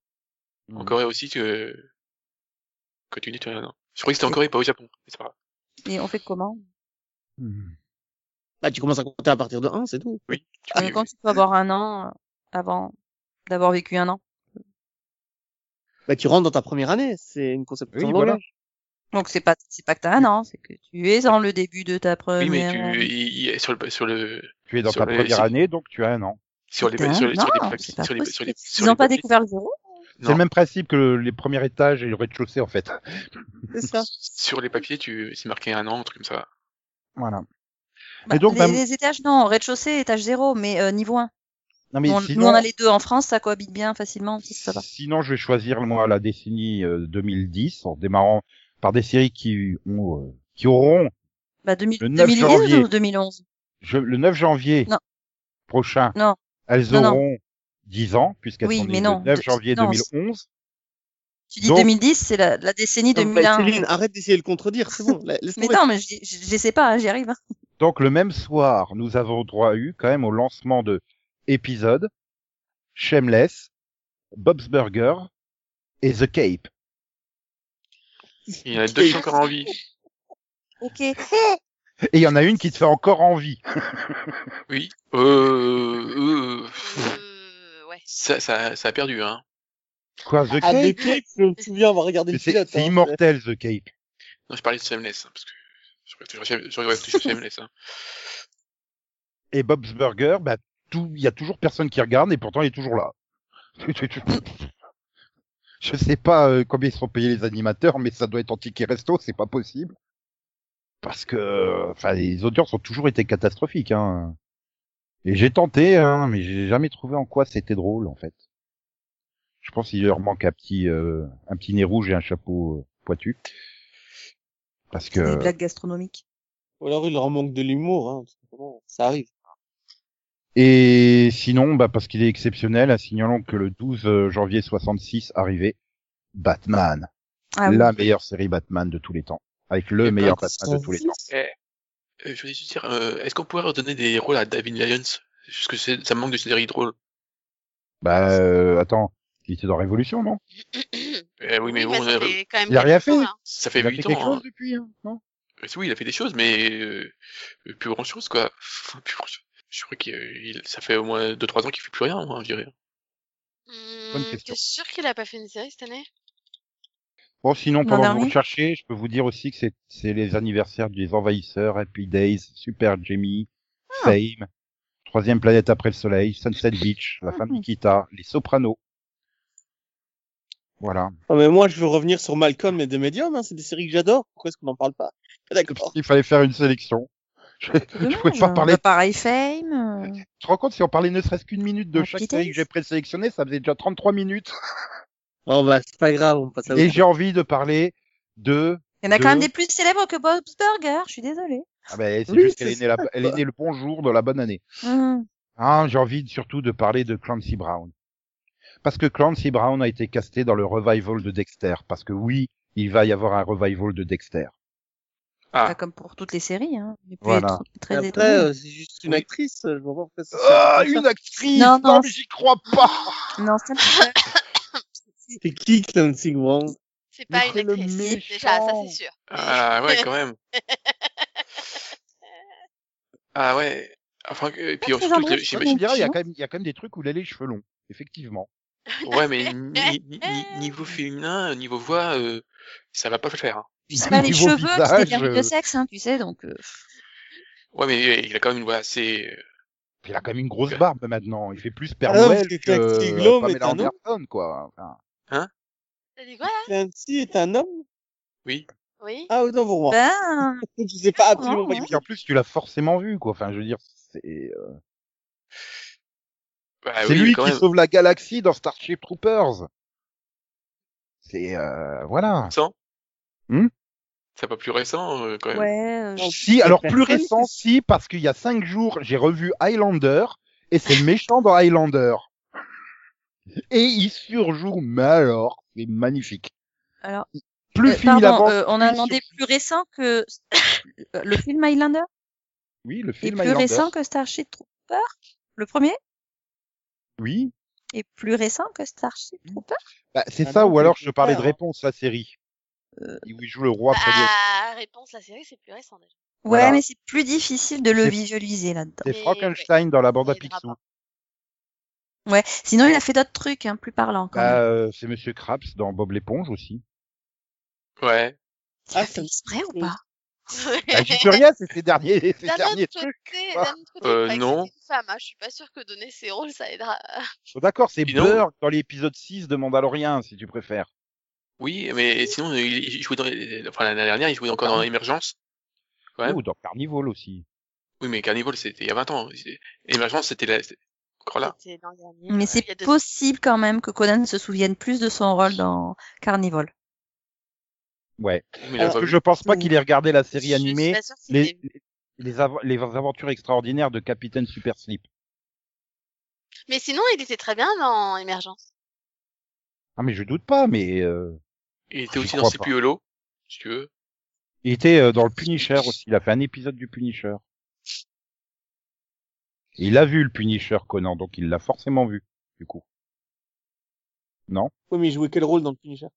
Speaker 1: Mmh.
Speaker 4: En Corée aussi, que. Quand tu dis, tu as un an. Je croyais que c'était en Corée, pas au Japon. Mais c'est pas grave.
Speaker 2: Et on fait comment
Speaker 1: Hmm.
Speaker 3: Bah, tu commences à compter à partir de 1, c'est tout.
Speaker 4: Tu
Speaker 2: Euh,
Speaker 4: connais,
Speaker 2: Quand
Speaker 4: Ah, oui.
Speaker 2: tu peux avoir un an euh, avant d'avoir vécu un an.
Speaker 3: Bah, tu rentres dans ta première année. C'est une conception
Speaker 1: Oui,
Speaker 3: globale.
Speaker 1: voilà.
Speaker 2: Donc c'est pas c'est pas que t'as un an, c'est que tu es dans le début de ta
Speaker 4: Oui,
Speaker 2: première.
Speaker 4: mais
Speaker 2: Euh,
Speaker 4: tu, il, il est sur le, sur le,
Speaker 1: Tu es dans
Speaker 4: Sur
Speaker 1: ta
Speaker 4: les-
Speaker 1: première
Speaker 4: sur-
Speaker 1: année donc tu as un an.
Speaker 4: sur les,
Speaker 2: Putain,
Speaker 4: sur les, sur les
Speaker 2: non,
Speaker 4: plaques-
Speaker 2: c'est pas
Speaker 4: sur les, sur les,
Speaker 2: possible.
Speaker 4: sur
Speaker 2: Ils
Speaker 4: les
Speaker 2: ont pas
Speaker 4: papiers.
Speaker 2: découvert le zéro
Speaker 1: C'est le
Speaker 4: Non.
Speaker 1: même principe que le- les premiers étages et le rez-de-chaussée en fait.
Speaker 3: C'est ça.
Speaker 4: Sur les papiers, tu, c'est marqué un an, un truc comme ça.
Speaker 1: Voilà.
Speaker 2: Bah,
Speaker 1: Et donc,
Speaker 2: les,
Speaker 1: bah,
Speaker 2: les étages non, rez-de-chaussée, étage zéro, mais euh, niveau 1.
Speaker 1: Non mais
Speaker 2: nous, on, nous,
Speaker 1: sinon,
Speaker 2: on a les deux en France, ça cohabite bien facilement, ça, ça va.
Speaker 1: Sinon, je vais choisir moi la décennie euh, 2010 en démarrant par des séries qui ont, euh, qui auront
Speaker 2: Bah 2000,
Speaker 1: Le 9 janvier.
Speaker 2: 2010 ou 2011
Speaker 1: je- le 9 janvier
Speaker 2: Non.
Speaker 1: prochain.
Speaker 2: Non.
Speaker 1: Elles
Speaker 2: Non, non.
Speaker 1: auront 10 ans puisqu'elles
Speaker 2: Oui,
Speaker 1: sont nées
Speaker 2: mais
Speaker 1: le
Speaker 2: non.
Speaker 1: 9
Speaker 2: De-
Speaker 1: janvier
Speaker 2: non,
Speaker 1: 2011.
Speaker 2: Tu dis
Speaker 1: Donc-
Speaker 2: 2010, c'est la, la décennie
Speaker 3: Non, bah,
Speaker 2: 2001.
Speaker 3: Céline, arrête d'essayer de le contredire. C'est bon. la- Laisse
Speaker 2: mais
Speaker 3: tomber.
Speaker 2: non, mais je- je- j'essaie pas, hein, j'y arrive. hein.
Speaker 1: Donc le même soir, nous avons droit eu quand même au lancement de épisodes, Shameless, Bob's Burger et The Cape.
Speaker 4: Il y en a deux qui sont encore en vie.
Speaker 2: Ok.
Speaker 1: Et il y en a une qui te fait encore envie.
Speaker 4: Oui. Euh, euh,
Speaker 5: Euh, ouais.
Speaker 4: ça, ça, ça a perdu, hein.
Speaker 1: Quoi, The
Speaker 3: Ah, mais
Speaker 1: Cape
Speaker 3: Cape, je me souviens avoir regardé
Speaker 1: Mais
Speaker 3: le
Speaker 1: C'est
Speaker 3: pilote.
Speaker 1: c'est
Speaker 3: hein.
Speaker 1: immortel The Cape.
Speaker 4: Non, je parlais de Shameless, hein, parce que je regrette toujours Shame- je regrette toujours Shameless. Hein.
Speaker 1: et Bob's Burger, bah, tout, il y a toujours personne qui regarde et pourtant il est toujours là. Je sais pas euh, combien ils sont payés les animateurs, mais ça doit être en ticket resto, c'est pas possible. Parce que, euh, enfin, les audiences ont toujours été catastrophiques, hein. Et j'ai tenté, hein, mais j'ai jamais trouvé en quoi c'était drôle, en fait. Je pense qu'il leur manque un petit, euh, un petit nez rouge et un chapeau euh, pointu. Parce
Speaker 2: Des
Speaker 1: que,
Speaker 2: blagues gastronomiques.
Speaker 3: Ou alors il leur manque de l'humour. Hein, parce que bon, ça arrive.
Speaker 1: Et sinon, bah, parce qu'il est exceptionnel, hein, signalons que le 12 janvier 66 arrivait Batman,
Speaker 2: Ah oui.
Speaker 1: la meilleure série Batman de tous les temps, avec le
Speaker 4: Et
Speaker 1: meilleur
Speaker 3: Parce
Speaker 1: Batman de tous les temps.
Speaker 3: que-
Speaker 4: Eh, euh, je voulais juste dire, euh, est-ce qu'on pourrait redonner des rôles à David Lyons Parce que c'est- ça me manque de séries drôles.
Speaker 1: Bah euh, attends, il était dans Révolution, non
Speaker 4: Eh oui, mais bon, on
Speaker 5: ça
Speaker 4: a-
Speaker 5: fait quand même
Speaker 1: Il a rien
Speaker 5: quelques
Speaker 1: fait.
Speaker 5: temps, là.
Speaker 4: ça fait
Speaker 1: Il a fait
Speaker 4: 8
Speaker 1: quelque
Speaker 4: ans.
Speaker 1: chose
Speaker 4: Hein.
Speaker 1: depuis, hein, non
Speaker 4: Euh, Oui, il a fait des choses, mais euh, euh, plus grand chose, quoi. Enfin, plus grand chose. Je crois qu'il euh, il- ça fait au moins 2-3 ans qu'il fait plus rien, moi, je dirais.
Speaker 1: Bonne
Speaker 5: Hmm,
Speaker 1: question.
Speaker 5: T'es sûr qu'il a pas fait une série cette année
Speaker 1: Bon, sinon,
Speaker 2: L'an
Speaker 1: pendant que vous
Speaker 2: dernier
Speaker 1: recherchez, je peux vous dire aussi que c'est- c'est les anniversaires des Envahisseurs, Happy Days, Super Jamie,
Speaker 2: Ah.
Speaker 1: Fame, Troisième Planète Après le Soleil, Sunset Beach, La Femme
Speaker 2: Mhm.
Speaker 1: d'Ikita, Les Sopranos. Voilà.
Speaker 3: Non, mais moi, je veux revenir sur Malcolm et The Medium. Hein, c'est des séries que j'adore. Pourquoi est-ce qu'on n'en parle pas Ah, D'accord.
Speaker 1: Il fallait faire une sélection. Je, je pouvais pas
Speaker 2: Dommage.
Speaker 1: parler.
Speaker 2: Bah, pareil, Fame. euh,
Speaker 1: Tu te rends compte si on parlait ne serait-ce qu'une minute de
Speaker 2: Un
Speaker 1: chaque
Speaker 2: petit
Speaker 1: série que
Speaker 2: test.
Speaker 1: j'ai présélectionnée, ça faisait déjà 33 minutes.
Speaker 3: Oh bah, c'est pas grave. On passe à
Speaker 1: Et
Speaker 3: autre
Speaker 1: j'ai envie de parler de.
Speaker 2: Il y en a
Speaker 1: Deux.
Speaker 2: quand même des plus célèbres que Bob's Burger, je suis désolée.
Speaker 1: Ah ben, c'est
Speaker 3: Oui,
Speaker 1: juste qu'elle
Speaker 3: c'est
Speaker 1: est née la-
Speaker 3: ça,
Speaker 1: elle est née le bon jour de la bonne année.
Speaker 2: Hum.
Speaker 1: Ah, j'ai envie de- surtout de parler de Clancy Brown. Parce que Clancy Brown a été casté dans le revival de Dexter. Parce que oui, il va y avoir un revival de Dexter.
Speaker 4: Ah.
Speaker 2: Bah, comme pour toutes les séries. Hein. Il peut
Speaker 1: Voilà.
Speaker 2: être
Speaker 3: chose.
Speaker 2: très
Speaker 3: Après,
Speaker 2: étonnant.
Speaker 3: euh, c'est juste une actrice. euh, Je vois pas pourquoi ça sert à
Speaker 1: Ah,
Speaker 3: faire ça.
Speaker 1: une actrice!
Speaker 2: Non, non.
Speaker 1: mais j'y crois pas!
Speaker 2: Non, ça me-
Speaker 3: C'est qui, Clancy Brown
Speaker 5: C'est pas
Speaker 1: Mais
Speaker 5: une
Speaker 1: c'est le
Speaker 5: actrice.
Speaker 1: méchant.
Speaker 5: Déjà, ça c'est sûr.
Speaker 4: Ah ouais, quand même. ah ouais. Enfin, euh, puis
Speaker 2: Ah, c'est
Speaker 4: surtout,
Speaker 2: Jean-Louis,
Speaker 1: Je
Speaker 4: j'imagine.
Speaker 1: me dirais, il y a quand même, il y a quand même des trucs où elle a les cheveux longs. Effectivement.
Speaker 4: Ouais, mais ni- ni- ni- niveau féminin, niveau voix, euh, ça va pas le faire. hein.
Speaker 2: Puis c'est
Speaker 1: Même
Speaker 2: pas
Speaker 1: au
Speaker 2: les
Speaker 1: niveau
Speaker 2: cheveux qui
Speaker 1: visage,
Speaker 2: déterminent
Speaker 1: euh,
Speaker 2: le sexe, hein, tu sais, donc euh,
Speaker 4: Ouais, mais euh, il a quand même une voix assez. euh,
Speaker 1: Il a quand même une grosse barbe maintenant. Il fait plus Père
Speaker 3: Ah non,
Speaker 1: Noël
Speaker 3: parce que
Speaker 1: que
Speaker 3: Clark Greglo,
Speaker 1: euh, Pamela
Speaker 3: mais t'as un Ah nom.
Speaker 1: Anderson, quoi. Enfin,
Speaker 5: T'as dit quoi là
Speaker 3: Clancy est un homme
Speaker 5: Oui.
Speaker 3: Ah, autant
Speaker 1: Oh.
Speaker 3: pour moi.
Speaker 2: ben,
Speaker 3: Je sais pas absolument
Speaker 2: non,
Speaker 3: pas.
Speaker 2: ouais.
Speaker 1: et puis en plus, tu l'as forcément vu, quoi. Enfin, je veux dire, c'est euh,
Speaker 3: Ah
Speaker 4: bah
Speaker 1: c'est
Speaker 4: oui,
Speaker 1: lui qui
Speaker 4: quand même.
Speaker 1: sauve la galaxie dans Starship Troopers. C'est euh, voilà.
Speaker 4: Récent.
Speaker 1: Hmm
Speaker 4: C'est pas plus récent euh, quand même.
Speaker 2: ouais, euh,
Speaker 1: Si, alors plus
Speaker 3: Personne,
Speaker 1: récent, si, parce qu'il y a cinq jours, j'ai revu Highlander, et c'est le méchant dans Highlander. Et il surjoue, mais alors, c'est magnifique.
Speaker 2: alors,
Speaker 1: Plus
Speaker 2: euh,
Speaker 1: le film il
Speaker 2: pardon,
Speaker 1: avance,
Speaker 2: euh, on
Speaker 1: plus
Speaker 2: a
Speaker 1: il
Speaker 2: demandé
Speaker 1: surjoue.
Speaker 2: plus récent que le film Highlander
Speaker 1: Oui, le
Speaker 2: est
Speaker 1: film
Speaker 2: plus
Speaker 1: Highlander.
Speaker 2: récent que Starship Trooper, le premier
Speaker 1: Oui.
Speaker 2: est plus récent que Starship Trooper.
Speaker 1: Bah, c'est
Speaker 3: Ah
Speaker 1: ça,
Speaker 3: non,
Speaker 1: ou
Speaker 3: mais
Speaker 1: alors
Speaker 3: c'est
Speaker 1: je te parlais de
Speaker 3: clair, hein.
Speaker 1: réponse, la série.
Speaker 2: Euh,
Speaker 1: Où il joue le roi prédé-
Speaker 5: Bah, réponse, la série, c'est plus récent déjà.
Speaker 2: Ouais,
Speaker 1: Voilà.
Speaker 2: mais c'est plus difficile de le
Speaker 1: C'est-
Speaker 2: visualiser là-dedans.
Speaker 1: C'est
Speaker 5: mais-
Speaker 1: Frankenstein dans la bande à
Speaker 5: mais il y a
Speaker 1: Picsou.
Speaker 5: pas.
Speaker 2: Ouais, sinon il a fait d'autres trucs hein, plus parlants quand
Speaker 1: Bah,
Speaker 2: même.
Speaker 1: euh, c'est Monsieur Krabs dans Bob l'éponge aussi.
Speaker 4: Ouais.
Speaker 2: Il a
Speaker 3: ah,
Speaker 2: fait
Speaker 3: c'est-
Speaker 2: exprès ou pas
Speaker 1: Bah, J'y peux rien, c'est ses derniers, ses
Speaker 5: D'un
Speaker 1: derniers
Speaker 5: autre
Speaker 1: trucs.
Speaker 5: côté,
Speaker 1: quoi.
Speaker 5: d'un autre côté,
Speaker 4: Euh,
Speaker 5: il paraît que
Speaker 4: non.
Speaker 5: c'est une femme, hein. je suis pas sûre que donner ses rôles, ça aidera.
Speaker 1: Oh, D'accord, c'est
Speaker 4: Sinon-
Speaker 1: Burke dans l'épisode 6 de Mandalorian, si tu préfères.
Speaker 4: Oui, mais sinon, il, il jouait dans, enfin, l'année dernière, il jouait encore
Speaker 1: Ah.
Speaker 4: dans Émergence. Quand même.
Speaker 1: Ou dans Carnival aussi.
Speaker 4: Oui, mais Carnival, c'était il y a 20 ans. hein, C'est- Émergence, c'était là, c'était encore là.
Speaker 5: C'était l'an dernier,
Speaker 2: Mais
Speaker 5: ouais,
Speaker 2: c'est
Speaker 5: il y a deux-
Speaker 2: possible quand même que Conan se souvienne plus de son rôle dans Carnival.
Speaker 1: Ouais.
Speaker 4: Mais il a
Speaker 1: Parce
Speaker 4: pas
Speaker 1: que
Speaker 4: vu.
Speaker 1: je pense pas
Speaker 2: Ou-
Speaker 1: qu'il ait regardé la
Speaker 5: Je
Speaker 1: série
Speaker 5: suis
Speaker 1: animée,
Speaker 5: pas sûre qu'il
Speaker 1: les,
Speaker 5: ait-
Speaker 1: les, av- les aventures extraordinaires de Capitaine Super Slip.
Speaker 5: Mais sinon, il était très bien dans Émergence.
Speaker 1: Ah, mais je doute pas, mais euh,
Speaker 4: Il était
Speaker 1: je
Speaker 4: aussi
Speaker 1: crois
Speaker 4: dans
Speaker 1: pas.
Speaker 4: CPULO, si tu veux.
Speaker 1: il était euh, dans le Punisher aussi. Il a fait un épisode du Punisher. Et Il a vu le Punisher, Conan, donc il l'a forcément vu, du coup.
Speaker 3: Oui, mais il jouait quel rôle dans le Punisher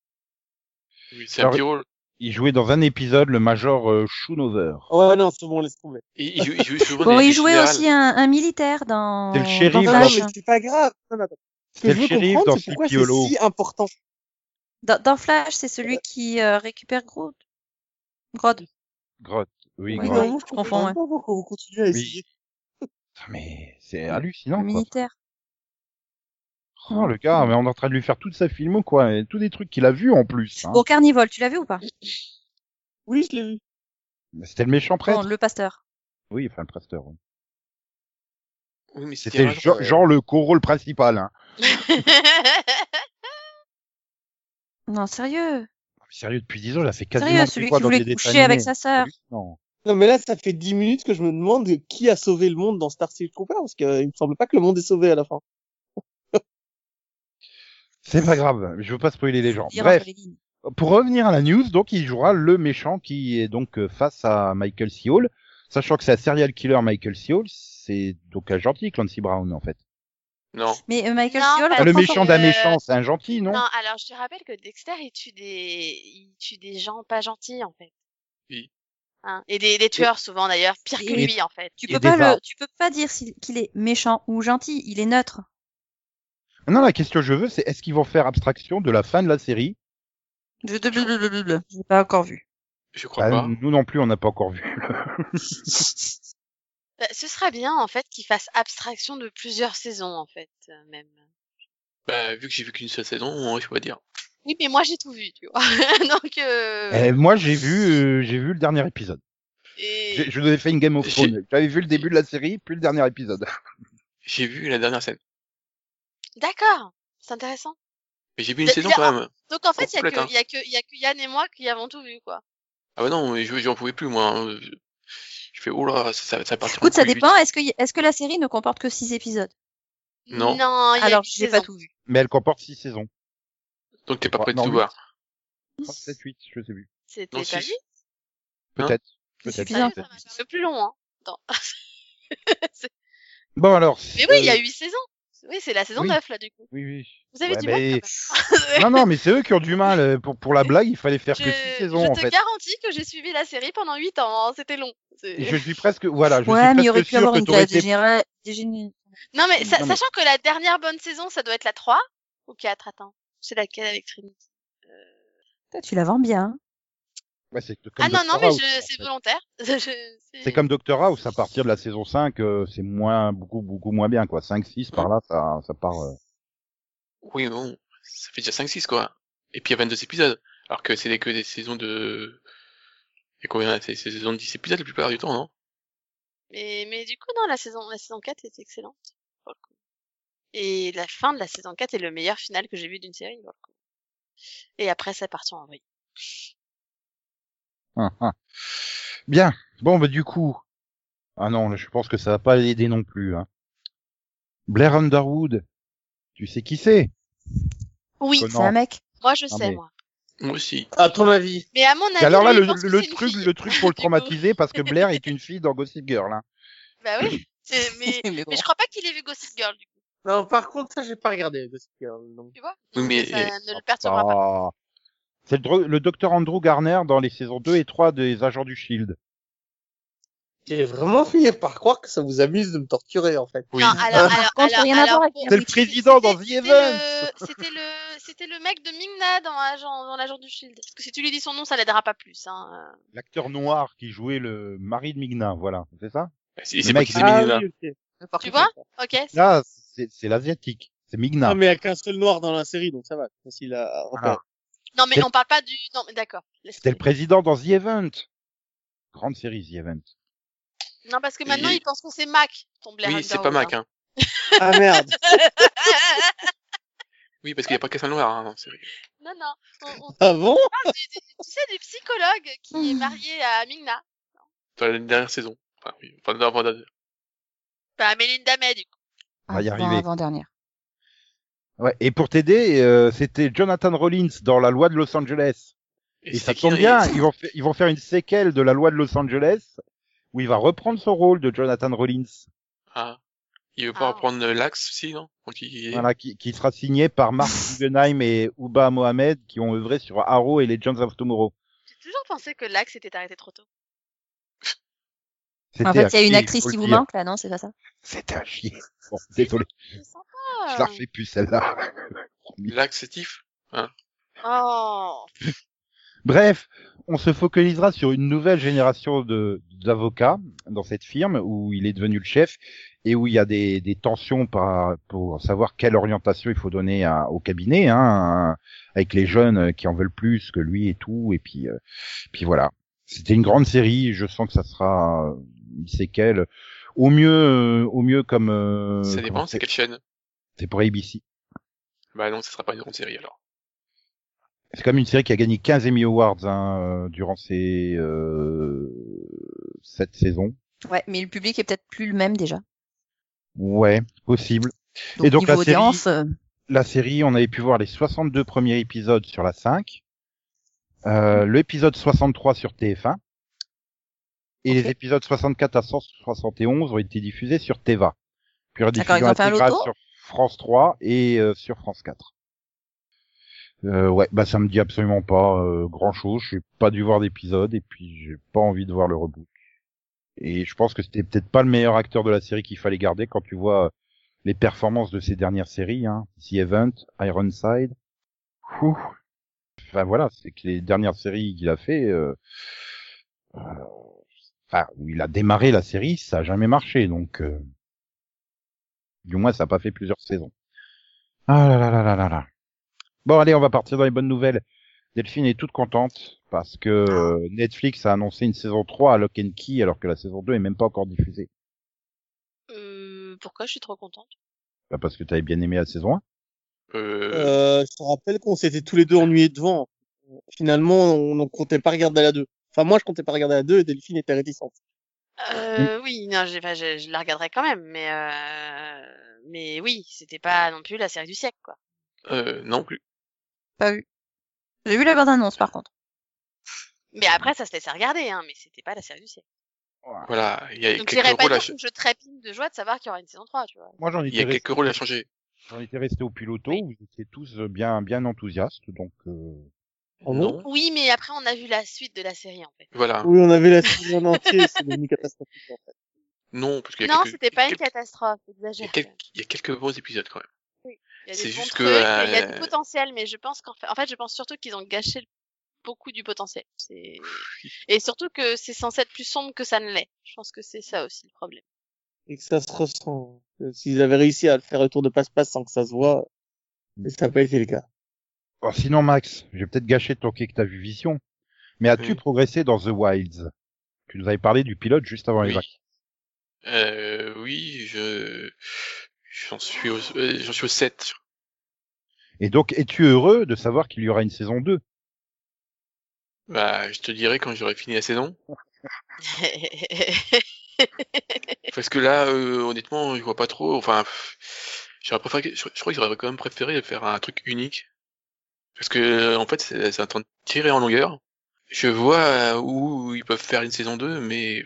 Speaker 4: Oui, c'est un
Speaker 1: Alors-
Speaker 4: petit rôle.
Speaker 1: Il jouait dans un épisode le Major euh, Schoonover.
Speaker 3: Ouais, non, c'est bon, laisse tomber.
Speaker 4: Il, il, joue- il joue souvent
Speaker 2: Bon,
Speaker 4: des- des
Speaker 2: il jouait
Speaker 4: générales.
Speaker 2: aussi un, un militaire dans.
Speaker 1: C'est le shérif
Speaker 2: dans
Speaker 1: Il
Speaker 3: Non,
Speaker 1: va-
Speaker 3: non,
Speaker 2: Flash.
Speaker 3: mais c'est pas grave. Non, non, attends. Ce que
Speaker 1: C'est
Speaker 3: je
Speaker 1: le
Speaker 3: veux
Speaker 1: shérif
Speaker 3: comprendre,
Speaker 1: dans
Speaker 3: c'est pourquoi
Speaker 1: Sleepy
Speaker 3: c'est si important.
Speaker 2: Dans, dans Flash, c'est celui qui euh, récupère Groot. Grodd.
Speaker 1: Grotte. Oui,
Speaker 2: Oui,
Speaker 1: Grotte.
Speaker 2: non. je comprends,
Speaker 3: pas pourquoi vous continuez à
Speaker 1: Oui.
Speaker 3: essayer.
Speaker 1: Putain, Mais c'est
Speaker 2: le
Speaker 1: hallucinant, quoi.
Speaker 2: militaire.
Speaker 1: Oh, le gars, mais on est en train de lui faire toute sa filmo, quoi. Et tous des trucs qu'il a vus, en plus. hein.
Speaker 2: Au Carnival, tu l'as vu ou pas
Speaker 3: Oui, je l'ai vu.
Speaker 1: C'était le méchant prêtre.
Speaker 2: Bon, Oh, le pasteur.
Speaker 1: Oui, enfin, le presteur. oui.
Speaker 4: Oui, mais c'était
Speaker 1: C'était
Speaker 4: Émergence,
Speaker 1: genre,
Speaker 4: ouais.
Speaker 1: genre le co-rôle principal, hein.
Speaker 2: Non, sérieux.
Speaker 1: Oh, Sérieux, depuis 10 ans, il a fait quasiment
Speaker 2: Sérieux,
Speaker 1: que
Speaker 2: celui
Speaker 1: quoi
Speaker 2: qui
Speaker 1: dans
Speaker 2: voulait
Speaker 1: des
Speaker 2: coucher
Speaker 1: dessins
Speaker 2: avec
Speaker 1: animés.
Speaker 2: sa sœur.
Speaker 1: Hallucinant.
Speaker 3: Non, mais là, ça fait 10 minutes que je me demande qui a sauvé le monde dans Starship Trooper, parce qu'il me semble pas que le monde est sauvé à la fin.
Speaker 1: C'est pas grave, je veux pas spoiler les gens.
Speaker 2: Dire
Speaker 1: Bref,
Speaker 2: entre les lignes.
Speaker 1: pour revenir à la news, donc il jouera le méchant qui est donc euh, face à Michael C. Hall, sachant que c'est un serial killer Michael C. Hall, c'est donc un gentil Clancy Brown en fait.
Speaker 4: Non.
Speaker 2: Mais euh, Michael
Speaker 5: Non,
Speaker 2: C. Hall
Speaker 5: pas
Speaker 1: Ah, le
Speaker 5: Attends,
Speaker 1: méchant
Speaker 5: euh,
Speaker 1: d'un méchant, c'est un gentil, non,
Speaker 5: non, alors je te rappelle que Dexter, il tue des, il tue des gens pas gentils, en fait.
Speaker 4: Oui.
Speaker 5: Hein et des, des tueurs, souvent d'ailleurs, pire que
Speaker 2: Et-
Speaker 5: lui, en fait.
Speaker 2: tu
Speaker 1: il
Speaker 2: peux
Speaker 1: est des
Speaker 2: pas le,
Speaker 1: arbres.
Speaker 2: tu peux pas dire s'il- qu'il est méchant ou gentil. Il est neutre.
Speaker 1: Non, la question que je veux, c'est est-ce qu'ils vont faire abstraction de la fin de la série
Speaker 2: Je je l'ai pas encore vu.
Speaker 4: Je crois
Speaker 1: Bah,
Speaker 4: pas.
Speaker 1: Nous non plus, on n'a pas encore vu.
Speaker 5: Bah, ce serait bien, en fait, qu'il fasse abstraction de plusieurs saisons, en fait, euh, même.
Speaker 4: Bah, vu que j'ai vu qu'une seule saison, je peux pas dire.
Speaker 5: Oui, mais moi, j'ai tout vu, tu vois. Donc, euh,
Speaker 1: Eh, moi, j'ai vu, euh, j'ai vu le dernier épisode.
Speaker 5: et...
Speaker 1: J'ai- Je vous avais fait une Game of
Speaker 4: J'ai-
Speaker 1: Thrones. J'avais vu le début de la série, puis le dernier épisode.
Speaker 4: J'ai vu la dernière scène.
Speaker 5: D'accord. C'est intéressant.
Speaker 4: Mais j'ai vu une
Speaker 5: Mais-
Speaker 4: saison
Speaker 5: mais-
Speaker 4: quand même.
Speaker 5: Donc en fait, il y, a
Speaker 4: Complète, hein.
Speaker 5: que- y, a que- y a que Yann et moi qui avons tout vu, quoi.
Speaker 4: Ah bah non, mais je- j'en pouvais plus, moi. hein. Je je fais, oh là, ça, ça, ça part.
Speaker 2: Écoute, ça dépend. Est-ce que, est-ce que la série ne comporte que six épisodes
Speaker 4: Non.
Speaker 5: Non, y a
Speaker 2: Alors,
Speaker 5: huit
Speaker 2: j'ai
Speaker 5: saisons.
Speaker 2: pas tout vu.
Speaker 1: Mais elle comporte six saisons.
Speaker 4: Donc t'es pas prêt de
Speaker 1: Non,
Speaker 4: tout
Speaker 1: oui.
Speaker 4: voir.
Speaker 1: 7, 8, je sais plus.
Speaker 5: C'était
Speaker 4: Non,
Speaker 5: pas
Speaker 4: si.
Speaker 5: huit
Speaker 4: Hein
Speaker 1: Peut-être.
Speaker 2: C'est
Speaker 1: Peut-être.
Speaker 5: Ah,
Speaker 2: suffisant.
Speaker 1: peut-être.
Speaker 5: C'est plus long, hein. Attends.
Speaker 1: Bon alors.
Speaker 5: Mais oui, il y a
Speaker 1: euh,
Speaker 5: huit saisons. Oui, c'est la saison
Speaker 1: oui.
Speaker 5: 9, là, du coup.
Speaker 1: Oui, oui.
Speaker 5: Vous avez
Speaker 1: Ouais,
Speaker 5: dit
Speaker 1: mais-
Speaker 5: moi, quand même. hein.
Speaker 1: non, non, mais c'est eux qui ont du mal. euh, Pour, pour la blague, il fallait faire
Speaker 5: Je,
Speaker 1: que six saisons,
Speaker 5: je
Speaker 1: en
Speaker 5: te
Speaker 1: fait.
Speaker 5: garantis que j'ai suivi la série pendant huit ans. hein. C'était long. C'est-
Speaker 1: Et je suis presque, voilà, je
Speaker 2: ouais,
Speaker 1: suis
Speaker 2: mais il aurait
Speaker 1: presque
Speaker 2: pu
Speaker 1: sûr
Speaker 2: avoir
Speaker 1: que
Speaker 2: une
Speaker 1: t'aurais
Speaker 2: date
Speaker 1: été...
Speaker 2: dégénérée. dégénérée.
Speaker 5: Non, mais, sa-
Speaker 1: Non, mais-
Speaker 5: sachant que la dernière bonne saison, ça doit être la 3 ou 4, attends. C'est laquelle avec Trinity
Speaker 2: hein. Toi, Tu la vends bien.
Speaker 1: Ouais, c'est que comme
Speaker 5: Ah non,
Speaker 1: Dr.
Speaker 5: non, mais
Speaker 1: House,
Speaker 5: je,
Speaker 1: en
Speaker 5: c'est
Speaker 1: fait.
Speaker 5: volontaire. Je- c'est-
Speaker 1: C'est comme Doctor House, à partir de la saison 5, euh, c'est moins, beaucoup, beaucoup moins bien, quoi. 5, 6, par là, ça, ça part, euh,
Speaker 4: Oui, bon, ça fait déjà 5-6, quoi. Et puis il y a 22 épisodes. Alors que c'est des- que des saisons de... Il y a combien C'est des saisons de 10 épisodes la plupart du temps, non
Speaker 5: Mais, mais du coup, non, la saison, la saison 4 est excellente. pour le coup. Et la fin de la saison 4 est le meilleur final que j'ai vu d'une série. pour le coup. Et après, ça part en vrille.
Speaker 1: hein, hein. Bien. Bon, bah, du coup. Ah non, là, je pense que ça va pas l'aider non plus, hein. Blair Underwood. Tu sais qui c'est?
Speaker 5: Oui,
Speaker 1: Connard.
Speaker 2: C'est un mec.
Speaker 5: moi je
Speaker 1: Non,
Speaker 5: sais,
Speaker 1: mais-
Speaker 5: moi.
Speaker 4: Moi aussi.
Speaker 3: À ton avis.
Speaker 5: Mais à mon avis,
Speaker 1: Et alors là,
Speaker 5: oui,
Speaker 1: le,
Speaker 5: je pense que
Speaker 1: le,
Speaker 5: c'est une
Speaker 1: truc,
Speaker 5: fille.
Speaker 1: le truc pour le
Speaker 5: Du coup.
Speaker 1: traumatiser, parce que Blair est une fille dans Gossip Girl, hein.
Speaker 5: Bah oui. c'est- Mais,
Speaker 2: Mais bon.
Speaker 5: mais je crois pas qu'il ait vu Gossip Girl, du coup,
Speaker 3: Non, par contre, ça, j'ai pas regardé euh, Gossip Girl. donc.
Speaker 5: tu vois.
Speaker 4: Oui, mais- eh,
Speaker 5: ça ne le perturbera pas.
Speaker 1: Ah. C'est le, dro- le docteur Andrew Garner dans les saisons 2 et 3 des Agents du Shield.
Speaker 3: J'ai vraiment fini par croire que ça vous amuse de me torturer, en fait.
Speaker 4: Oui.
Speaker 5: Non, alors,
Speaker 2: Par
Speaker 5: alors,
Speaker 2: contre,
Speaker 5: alors,
Speaker 2: rien à voir avec
Speaker 5: pour-
Speaker 2: la
Speaker 1: C'est le
Speaker 2: Oui,
Speaker 1: président dans The
Speaker 5: C'était-
Speaker 1: Event!
Speaker 5: C'était le, c'était le, c'était le mec de Mingna dans Agent, dans l'agent du Shield. Parce que si tu lui dis son nom, ça l'aidera pas plus, hein. euh.
Speaker 1: L'acteur noir qui jouait le mari de Migna, voilà, c'est ça
Speaker 4: Il sait
Speaker 1: Le
Speaker 4: pas
Speaker 1: mec-
Speaker 4: qui c'est Minina.
Speaker 3: Ah, oui, ok.
Speaker 5: Tu vois? Ok. c'est-
Speaker 1: Là, Ah, c'est c'est l'asiatique, c'est Migna.
Speaker 3: Non, Ah, mais il y a qu'un seul noir dans la série, donc ça va. c'est facile à repérer.
Speaker 5: Non, mais
Speaker 1: c'est-
Speaker 5: on parle pas du, non, mais d'accord. laisse
Speaker 1: C'était le
Speaker 5: tomber.
Speaker 1: président dans The Event. Grande série The Event.
Speaker 5: Non, parce que maintenant,
Speaker 4: Et-
Speaker 5: ils pensent qu'on c'est Mac, ton Blair
Speaker 4: Oui, c'est
Speaker 5: Underwood,
Speaker 4: pas Mac, hein.
Speaker 3: Ah merde.
Speaker 5: ah,
Speaker 4: Oui, parce qu'il n'y a pas qu'un seul noir, hein, en série.
Speaker 5: Non, non. On, on
Speaker 3: Ah bon
Speaker 5: parle du, du- tu sais, du psychologue qui est marié à Mingna.
Speaker 4: Enfin, la dernière saison. Enfin, oui. Enfin, non, avant la-
Speaker 5: Enfin, à Melinda May, du coup.
Speaker 1: On Ah, va y
Speaker 2: Avant-
Speaker 1: arriver.
Speaker 2: Avant-dernière.
Speaker 1: Ouais, et pour t'aider, euh, c'était Jonathan Rollins dans La Loi de Los Angeles. Et, ça
Speaker 4: c'est qui,
Speaker 1: tombe
Speaker 4: hein,
Speaker 1: bien,
Speaker 4: il-
Speaker 1: ils vont, fa- ils vont faire une séquelle de La Loi de Los Angeles où il va reprendre son rôle de Jonathan Rollins,
Speaker 4: Ah. Il veut pas
Speaker 5: Ah.
Speaker 4: reprendre euh, l'axe aussi, non Quand il-
Speaker 1: voilà, qui, qui sera signé par Mark Guggenheim et Uba Mohamed qui ont œuvré sur Arrow et les Legends of Tomorrow.
Speaker 5: J'ai toujours pensé que l'axe était arrêté trop tôt.
Speaker 2: En
Speaker 1: C'était
Speaker 2: fait, il y a une
Speaker 1: un chier,
Speaker 2: actrice
Speaker 1: faut
Speaker 2: qui
Speaker 1: le
Speaker 2: vous
Speaker 1: dire.
Speaker 2: manque, là, non? C'est pas ça?
Speaker 1: C'était un chier. Bon, désolé,
Speaker 5: C'est
Speaker 1: je
Speaker 2: Ah.
Speaker 1: la
Speaker 5: sympa.
Speaker 1: refais plus celle-là.
Speaker 4: L'axe, c'est Tiff.
Speaker 5: Oh.
Speaker 1: Bref, on se focalisera sur une nouvelle génération de d'avocats dans cette firme où il est devenu le chef et où il y a des, des tensions par, pour savoir quelle orientation il faut donner à- au cabinet, hein, avec les jeunes qui en veulent plus que lui et tout. Et puis, euh, puis voilà. C'était une grande série. Je sens que ça sera euh, une séquelle. Au mieux, euh, au mieux comme. euh,
Speaker 4: ça
Speaker 1: comment
Speaker 4: dépend, c'est
Speaker 1: c'est
Speaker 4: quelle chaîne
Speaker 1: c'est pour ABC.
Speaker 4: Bah non, ce sera pas une grande série, alors.
Speaker 1: C'est comme une série qui a gagné 15 Emmy Awards hein, euh, durant ces euh, cette saison.
Speaker 2: Ouais, mais le public est peut-être plus le même, déjà.
Speaker 1: Ouais, possible.
Speaker 2: Donc,
Speaker 1: Et donc,
Speaker 2: niveau
Speaker 1: la série-
Speaker 2: audience, euh,
Speaker 1: La série, on avait pu voir les 62 premiers épisodes sur la 5,
Speaker 2: Mhm.
Speaker 1: euh, l'épisode 63 sur TF1, et
Speaker 2: Ok.
Speaker 1: les épisodes 64 à 171 ont été diffusés sur Teva. Puis rediffusion
Speaker 2: D'accord, ils ont fait un
Speaker 1: intégrale
Speaker 2: loto
Speaker 1: sur France 3 et euh, sur France 4. Euh, ouais, bah ça me dit absolument pas grand chose. J'ai pas dû voir d'épisode et puis j'ai pas envie de voir le reboot. Et je pense que c'était peut-être pas le meilleur acteur de la série qu'il fallait garder quand tu vois euh, les performances de ces dernières séries, hein. The Event, Ironside. Ouh. Enfin voilà, c'est que les dernières séries qu'il a fait, euh, euh, enfin où il a démarré la série, ça a jamais marché. Donc euh, du moins ça a pas fait plusieurs saisons. Ah là là là là là là. Bon allez, on va partir dans les bonnes nouvelles. Delphine est toute contente parce que euh, Netflix a annoncé une saison 3 à Lock and Key alors que la saison 2 est même pas encore diffusée.
Speaker 5: Euh, pourquoi je suis trop contente?
Speaker 1: Bah, parce que t'avais bien aimé la saison 1.
Speaker 4: Euh...
Speaker 3: Euh, je te rappelle qu'on s'était tous les deux ennuyés devant. Finalement, on ne comptait pas regarder la 2. Enfin, moi, je comptais pas regarder la 2 et Delphine était réticente.
Speaker 5: Euh, oui, non, j'ai, enfin, je, je la regarderai quand même, mais euh, mais oui, c'était pas non plus la série du siècle, quoi.
Speaker 4: euh, non plus.
Speaker 2: pas vu. J'ai vu la bande-annonce, par contre.
Speaker 5: Mais après, ça se laissait regarder, hein, mais c'était pas la série du siècle.
Speaker 4: Voilà, il y a
Speaker 5: Donc j'irai
Speaker 4: quelques
Speaker 5: pas
Speaker 4: rôles à...
Speaker 5: dire
Speaker 4: ch-
Speaker 5: que je trépigne de joie de savoir qu'il y aura une saison 3, tu vois.
Speaker 1: Moi j'en
Speaker 4: Il y a
Speaker 1: étais,
Speaker 4: quelques rôles à changer.
Speaker 1: j'en étais resté au piloto,
Speaker 5: Oui.
Speaker 1: vous étiez tous euh, bien bien enthousiastes donc euh,
Speaker 3: Oh
Speaker 4: non.
Speaker 5: Oui, mais après, on a vu la suite de la série, en fait.
Speaker 4: Voilà.
Speaker 3: Oui, on avait la saison en entier, c'est devenu catastrophique. en fait.
Speaker 4: Non, parce qu'il y a
Speaker 5: Non,
Speaker 4: quelques...
Speaker 5: c'était pas une
Speaker 4: quelques-
Speaker 5: catastrophe,
Speaker 4: il y a
Speaker 5: exagère.
Speaker 4: quelques- il y a quelques bons épisodes, quand même.
Speaker 5: Il y a
Speaker 4: C'est
Speaker 5: des bons
Speaker 4: juste
Speaker 5: trucs,
Speaker 4: que,
Speaker 5: il y a il y a
Speaker 4: euh,
Speaker 5: du potentiel, mais je pense qu'en fait, en fait, je pense surtout qu'ils ont gâché le beaucoup du potentiel. C'est et surtout que c'est censé être plus sombre que ça ne l'est. Je pense que c'est ça aussi le problème.
Speaker 3: et que ça se ressent. Euh, S'ils avaient réussi à le faire le tour de passe-passe sans que ça se voit, mais ça n'a pas été le cas.
Speaker 1: Oh, sinon, Max, j'ai peut-être gâché ton quai que t'as vu Vision, mais as-tu
Speaker 4: Oui.
Speaker 1: progressé dans The Wilds Tu nous avais parlé du pilote juste avant les
Speaker 4: Oui.
Speaker 1: vacances.
Speaker 4: Euh, oui, je j'en suis au euh, j'en suis au 7.
Speaker 1: Et donc, es-tu heureux de savoir qu'il y aura une saison 2
Speaker 4: Bah, je te dirai quand j'aurai fini la saison. Parce que là, euh, honnêtement, je vois pas trop. Enfin, pff, j'aurais préféré. Je, je crois qu'ils auraient quand même préféré faire un truc unique. Parce que euh, en fait, c'est c'est en train de tirer en longueur. Je vois euh, où ils peuvent faire une saison 2, mais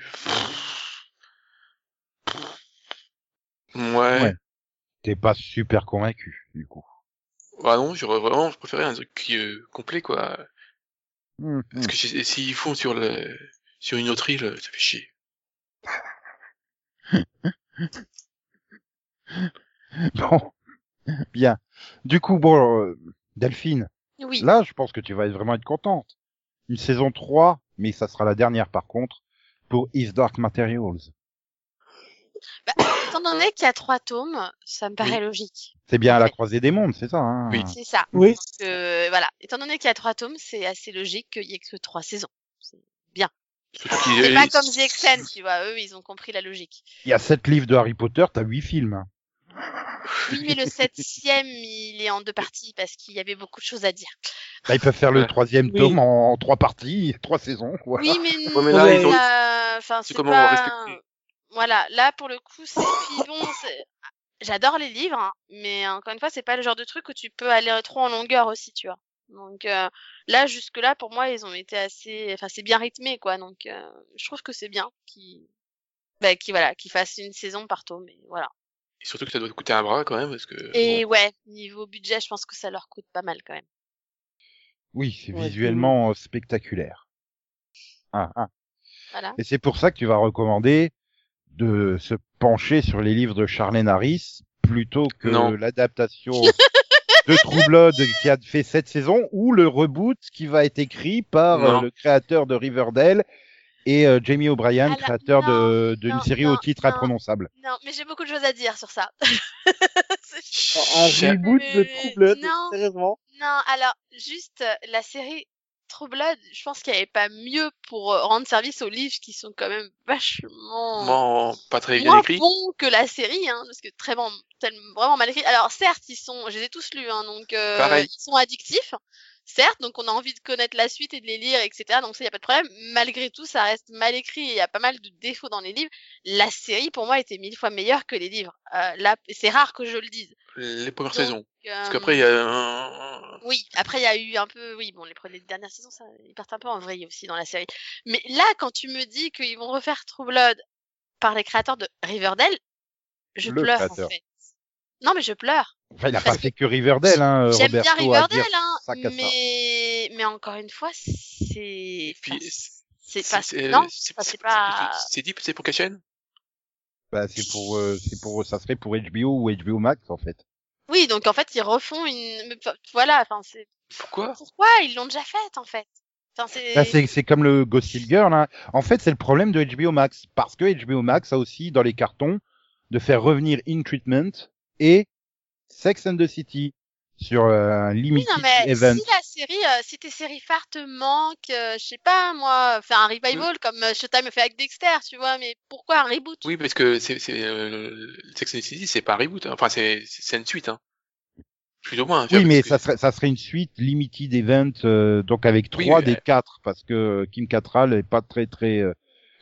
Speaker 4: ouais.
Speaker 1: Ouais. T'es pas super convaincu, du coup.
Speaker 4: Bah non, j'aurais vraiment préféré un truc qui, euh, complet, quoi.
Speaker 1: Hmm, hmm.
Speaker 4: Parce que j'ai- s'ils font sur le sur une autre île, ça fait chier.
Speaker 1: Bon, bien. Du coup, bon, euh, Delphine,
Speaker 5: oui.
Speaker 1: là, je pense que tu vas être vraiment être contente. Une saison 3, mais ça sera la dernière par contre, pour Is Dark Materials.
Speaker 5: Étant donné qu'il y a trois tomes, ça me paraît logique.
Speaker 1: C'est bien à la
Speaker 5: Parfait.
Speaker 1: croisée des mondes, c'est ça hein
Speaker 4: Oui.
Speaker 5: C'est ça.
Speaker 3: Oui.
Speaker 5: Euh, voilà. Étant donné qu'il y a trois tomes, c'est assez logique qu'il y ait que trois saisons.
Speaker 4: Surtout
Speaker 5: C'est
Speaker 4: qu'ils-
Speaker 5: pas comme The Extend, tu vois. Eux, ils ont compris la logique.
Speaker 1: Il y a sept livres de Harry Potter, t'as huit films. hein.
Speaker 5: Oui, mais le septième, il est en deux parties parce qu'il y avait beaucoup de choses à dire.
Speaker 1: Là, ils peuvent faire le
Speaker 4: Ouais.
Speaker 1: troisième
Speaker 3: Oui.
Speaker 1: tome en, en trois parties, trois saisons. Quoi.
Speaker 5: Oui, mais,
Speaker 4: Ouais, mais
Speaker 3: là,
Speaker 5: non,
Speaker 3: ils ont-
Speaker 5: là, enfin, c'est
Speaker 4: C'est comment on va
Speaker 5: pas.
Speaker 4: respecter.
Speaker 5: Voilà, là pour le coup, c'est puis bon. c'est- Ah, J'adore les livres, hein, mais encore une fois, c'est pas le genre de truc où tu peux aller trop en longueur aussi, tu vois. Donc euh, là, jusque là, pour moi, ils ont été assez, enfin, c'est bien rythmé, quoi. Donc euh, je trouve que c'est bien qu'ils, bah, qu'ils voilà, qu'ils fassent une saison par tome, mais voilà.
Speaker 4: Et surtout que ça doit coûter un bras quand même, parce que.
Speaker 5: Et ouais, niveau budget, je pense que ça leur coûte pas mal quand même.
Speaker 1: Oui, c'est
Speaker 3: Ouais,
Speaker 1: visuellement euh, spectaculaire. Ah, ah.
Speaker 5: Voilà.
Speaker 1: Et c'est pour ça que tu vas recommander de se pencher sur les livres de Charlène Harris plutôt que
Speaker 4: Non.
Speaker 1: l'adaptation de True Blood qui a fait cette saison ou le reboot qui va être écrit par euh,
Speaker 4: Non.
Speaker 1: le créateur de Riverdale et euh, Jamie O'Brien,
Speaker 5: Alors,
Speaker 1: créateur de-
Speaker 5: non,
Speaker 1: d'une
Speaker 5: non,
Speaker 1: série
Speaker 5: non,
Speaker 1: au titre
Speaker 5: non.
Speaker 1: imprononçable.
Speaker 5: Non, mais j'ai beaucoup de choses à dire sur ça. C'est-
Speaker 3: Un
Speaker 4: Cha-
Speaker 3: reboot de True Blood,
Speaker 5: Non.
Speaker 3: sérieusement.
Speaker 5: Non, alors, juste euh, la série True Blood, je pense qu'il n'y avait pas mieux pour euh, rendre service aux livres qui sont quand même vachement
Speaker 4: Vraiment pas très bien
Speaker 5: moins
Speaker 4: écrit.
Speaker 5: bons que la série, hein, parce que très bon, tellement, vraiment mal écrit. Alors, certes, ils sont, je les ai tous lus, hein, donc euh,
Speaker 4: Pareil.
Speaker 5: ils sont addictifs, certes, donc on a envie de connaître la suite et de les lire, etc. Donc ça, il n'y a pas de problème. Malgré tout, ça reste mal écrit et il y a pas mal de défauts dans les livres. La série, pour moi, était mille fois meilleure que les livres. Euh, là, c'est rare que je le dise.
Speaker 4: Les premières
Speaker 5: Donc,
Speaker 4: saisons. Parce
Speaker 5: Euh,
Speaker 4: qu'après, il y a un...
Speaker 5: oui, après il y a eu un peu, oui, bon, les, pre- les dernières saisons, ça, ils partent un peu en vrille aussi dans la série. Mais là, quand tu me dis qu'ils vont refaire True Blood par les créateurs de Riverdale, je
Speaker 1: Le
Speaker 5: pleure
Speaker 1: créateur.
Speaker 5: en fait. Non, mais je pleure.
Speaker 1: Enfin, il a pas fait que Riverdale, hein,
Speaker 5: J'aime bien
Speaker 1: Roberto, à
Speaker 5: Riverdale,
Speaker 1: dire
Speaker 5: hein,
Speaker 1: ça qu'à ça.
Speaker 5: mais mais encore une fois, c'est
Speaker 4: Puis,
Speaker 5: enfin,
Speaker 4: c'est-
Speaker 5: c'est pas
Speaker 4: c'est- euh,
Speaker 5: non,
Speaker 4: c'est-
Speaker 5: enfin,
Speaker 4: c'est-
Speaker 5: c'est pas
Speaker 4: C'est dit, c'est pour Kachen
Speaker 1: Bah, c'est pour, euh, c'est pour, ça serait pour HBO ou HBO Max en fait.
Speaker 5: oui, donc en fait ils refont une mais, enfin, voilà, enfin c'est
Speaker 4: Pourquoi
Speaker 5: pourquoi ils l'ont déjà faite en fait. Enfin c'est
Speaker 1: Bah, c'est, c'est comme le Gossip Girl. Hein. En fait, c'est le problème de HBO Max parce que HBO Max a aussi dans les cartons de faire revenir In Treatment et Sex and the City sur euh, un
Speaker 5: Oui,
Speaker 1: limited
Speaker 5: non, mais
Speaker 1: event.
Speaker 5: si la série, euh, si tes séries phares te manquent, euh, je sais pas, moi, faire un
Speaker 4: Mm.
Speaker 5: revival comme euh, Showtime a fait avec Dexter, tu vois, mais pourquoi un reboot
Speaker 4: Oui, parce que c'est c'est, euh, Sex and the City, c'est pas un reboot. hein. Enfin, c'est c'est une suite. Hein. Plus ou moins. hein,
Speaker 1: Oui,
Speaker 4: parce
Speaker 1: mais
Speaker 4: que-
Speaker 1: ça serait, ça serait une suite limited event, euh, donc avec
Speaker 4: Oui,
Speaker 1: trois
Speaker 4: euh,
Speaker 1: des quatre parce que Kim Cattrall est pas très très, euh,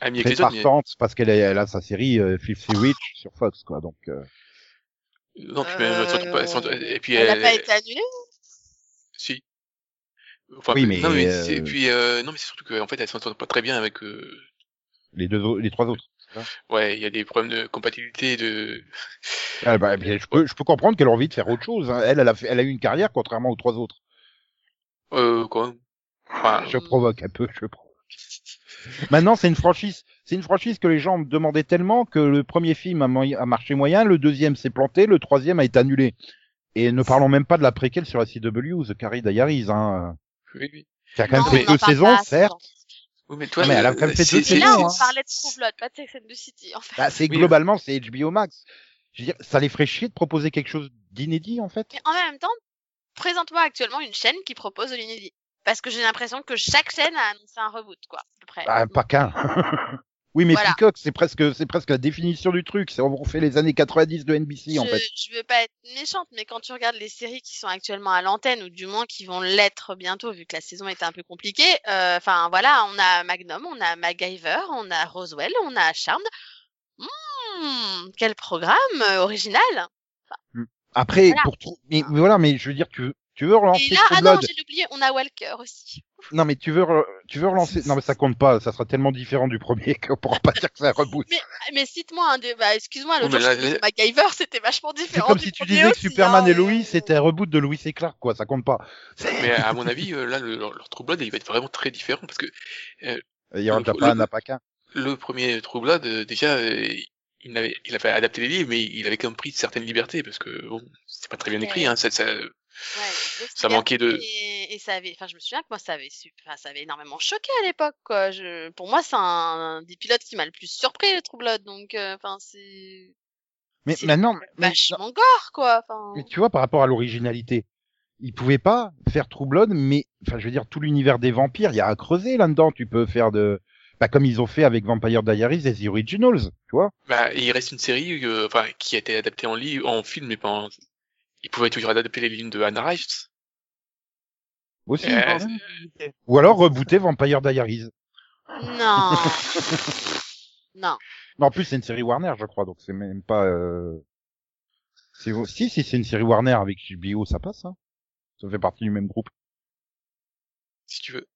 Speaker 4: Ami
Speaker 1: très
Speaker 4: avec les autres, mais-
Speaker 1: partante parce qu'elle a, elle a sa série euh, Fifty Witch sur Fox quoi. Donc euh,
Speaker 4: Non, puis même,
Speaker 5: Euh,
Speaker 4: surtout pas- surtout- et puis euh,
Speaker 5: Elle a
Speaker 4: elle-
Speaker 5: pas été annulée
Speaker 4: Si. Enfin,
Speaker 1: Oui, mais,
Speaker 4: non, mais
Speaker 1: euh,
Speaker 4: c'est- et puis euh, non, mais c'est surtout qu'en fait, elle s'entend pas très bien avec. euh,
Speaker 1: les deux, au- les trois autres.
Speaker 4: Ouais, il y a des problèmes de compatibilité de.
Speaker 1: Ah bah, bien, je, peux, je peux comprendre qu'elle a envie de faire autre chose. hein. Elle, elle a, fait- elle a eu une carrière contrairement aux trois autres.
Speaker 4: Euh, quoi Enfin,
Speaker 5: Mm.
Speaker 1: Je provoque un peu, je provoque. Maintenant, c'est une franchise, c'est une franchise que les gens me demandaient tellement que le premier film a, moyen- a marché moyen, le deuxième s'est planté, le troisième a été annulé. Et ne parlons même pas de la préquelle sur la CW, The Carrie Diaries. Hein.
Speaker 4: oui, oui.
Speaker 1: Qui a quand
Speaker 5: Non,
Speaker 1: même fait
Speaker 5: on en
Speaker 1: deux
Speaker 5: parle
Speaker 1: saisons,
Speaker 5: pas
Speaker 1: certes.
Speaker 4: Oui, mais toi,
Speaker 1: Non, mais elle a
Speaker 4: euh,
Speaker 1: quand même fait
Speaker 4: c'est-
Speaker 1: deux
Speaker 4: c'est-
Speaker 5: Mais là,
Speaker 1: saisons,
Speaker 5: on
Speaker 1: hein.
Speaker 5: parlait de Trouvelot, pas de Sex and the City, en fait.
Speaker 1: Bah, c'est
Speaker 4: Oui,
Speaker 1: globalement, c'est HBO Max. Je veux dire, ça les ferait chier de proposer quelque chose d'inédit, en fait.
Speaker 5: Mais en même temps, présente-moi actuellement une chaîne qui propose de l'inédit. Parce que j'ai l'impression que chaque chaîne a annoncé un reboot, quoi, à peu près.
Speaker 1: Ah, pas qu'un. oui, mais
Speaker 5: Voilà.
Speaker 1: Peacock, c'est presque, c'est presque la définition du truc. C'est on refait les années 90 de NBC,
Speaker 5: je,
Speaker 1: en fait.
Speaker 5: je veux pas être méchante, mais quand tu regardes les séries qui sont actuellement à l'antenne, ou du moins qui vont l'être bientôt, vu que la saison était un peu compliquée, euh, enfin voilà, on a Magnum, on a MacGyver, on a Roswell, on a Charmed. Hmm, quel programme euh, original
Speaker 1: Après,
Speaker 5: Voilà.
Speaker 1: pour trou- mais, mais voilà, mais je veux dire, tu veux, tu veux
Speaker 5: Et
Speaker 1: relancer
Speaker 5: là, ah
Speaker 1: True
Speaker 5: non,
Speaker 1: Blood.
Speaker 5: j'ai oublié, on a Walker aussi.
Speaker 1: Non, mais tu veux, re- tu veux relancer. Non, mais ça compte pas. Ça sera tellement différent du premier qu'on pourra pas dire que c'est un reboot.
Speaker 5: Ah, Mais cite-moi un des... Bah, excuse-moi, le
Speaker 4: Oui, mais
Speaker 5: jour,
Speaker 4: là,
Speaker 5: je te dis
Speaker 4: là-
Speaker 5: que MacGyver, c'était vachement
Speaker 1: C'est
Speaker 5: différent
Speaker 1: comme
Speaker 5: du
Speaker 1: si tu
Speaker 5: premier
Speaker 1: disais que
Speaker 5: aussi,
Speaker 1: Superman
Speaker 5: hein.
Speaker 1: et Lois, c'était un reboot de Lois et Clark, quoi. Ça compte pas.
Speaker 4: Mais à mon avis, euh, là, le, leur, leur True Blood, il va être vraiment très différent parce que
Speaker 1: Il y aura
Speaker 4: Le-
Speaker 1: déjà
Speaker 4: le-
Speaker 1: pas un apaquin.
Speaker 4: le premier True Blood, euh, déjà, euh, il avait, il avait adapté les livres, mais il avait quand même pris certaines libertés parce que bon, c'était pas très bien écrit, hein, ça, ça,
Speaker 5: Ouais, donc
Speaker 4: ça
Speaker 5: c'est
Speaker 4: manquait de.
Speaker 5: Et, et ça avait, enfin, je me souviens que moi, ça avait, su- enfin, ça avait énormément choqué à l'époque, quoi. Je, pour moi, c'est un des pilotes qui m'a le plus surpris, le True Blood. Donc, euh, enfin, c'est
Speaker 1: Mais
Speaker 5: c'est
Speaker 1: maintenant, mais-
Speaker 5: vachement gore, quoi. Enfin,
Speaker 1: Mais tu vois, par rapport à l'originalité, ils pouvaient pas faire True Blood, mais, enfin, je veux dire, tout l'univers des vampires, il y a à creuser là-dedans. Tu peux faire de, bah, comme ils ont fait avec Vampire Diaries et The Originals, tu vois.
Speaker 4: Bah, et il reste une série, euh, enfin, qui a été adaptée en livre, en film, mais pas en. Ils pouvaient toujours adapter les lignes de Anna Rice.
Speaker 1: Aussi.
Speaker 4: Euh,
Speaker 1: Ou alors rebooter Vampire Diaries.
Speaker 5: non, non.
Speaker 1: Non, en plus, c'est une série Warner, je crois, donc c'est même pas, euh... c'est aussi, si c'est une série Warner avec HBO, ça passe, hein. Ça fait partie du même groupe.
Speaker 4: si tu veux.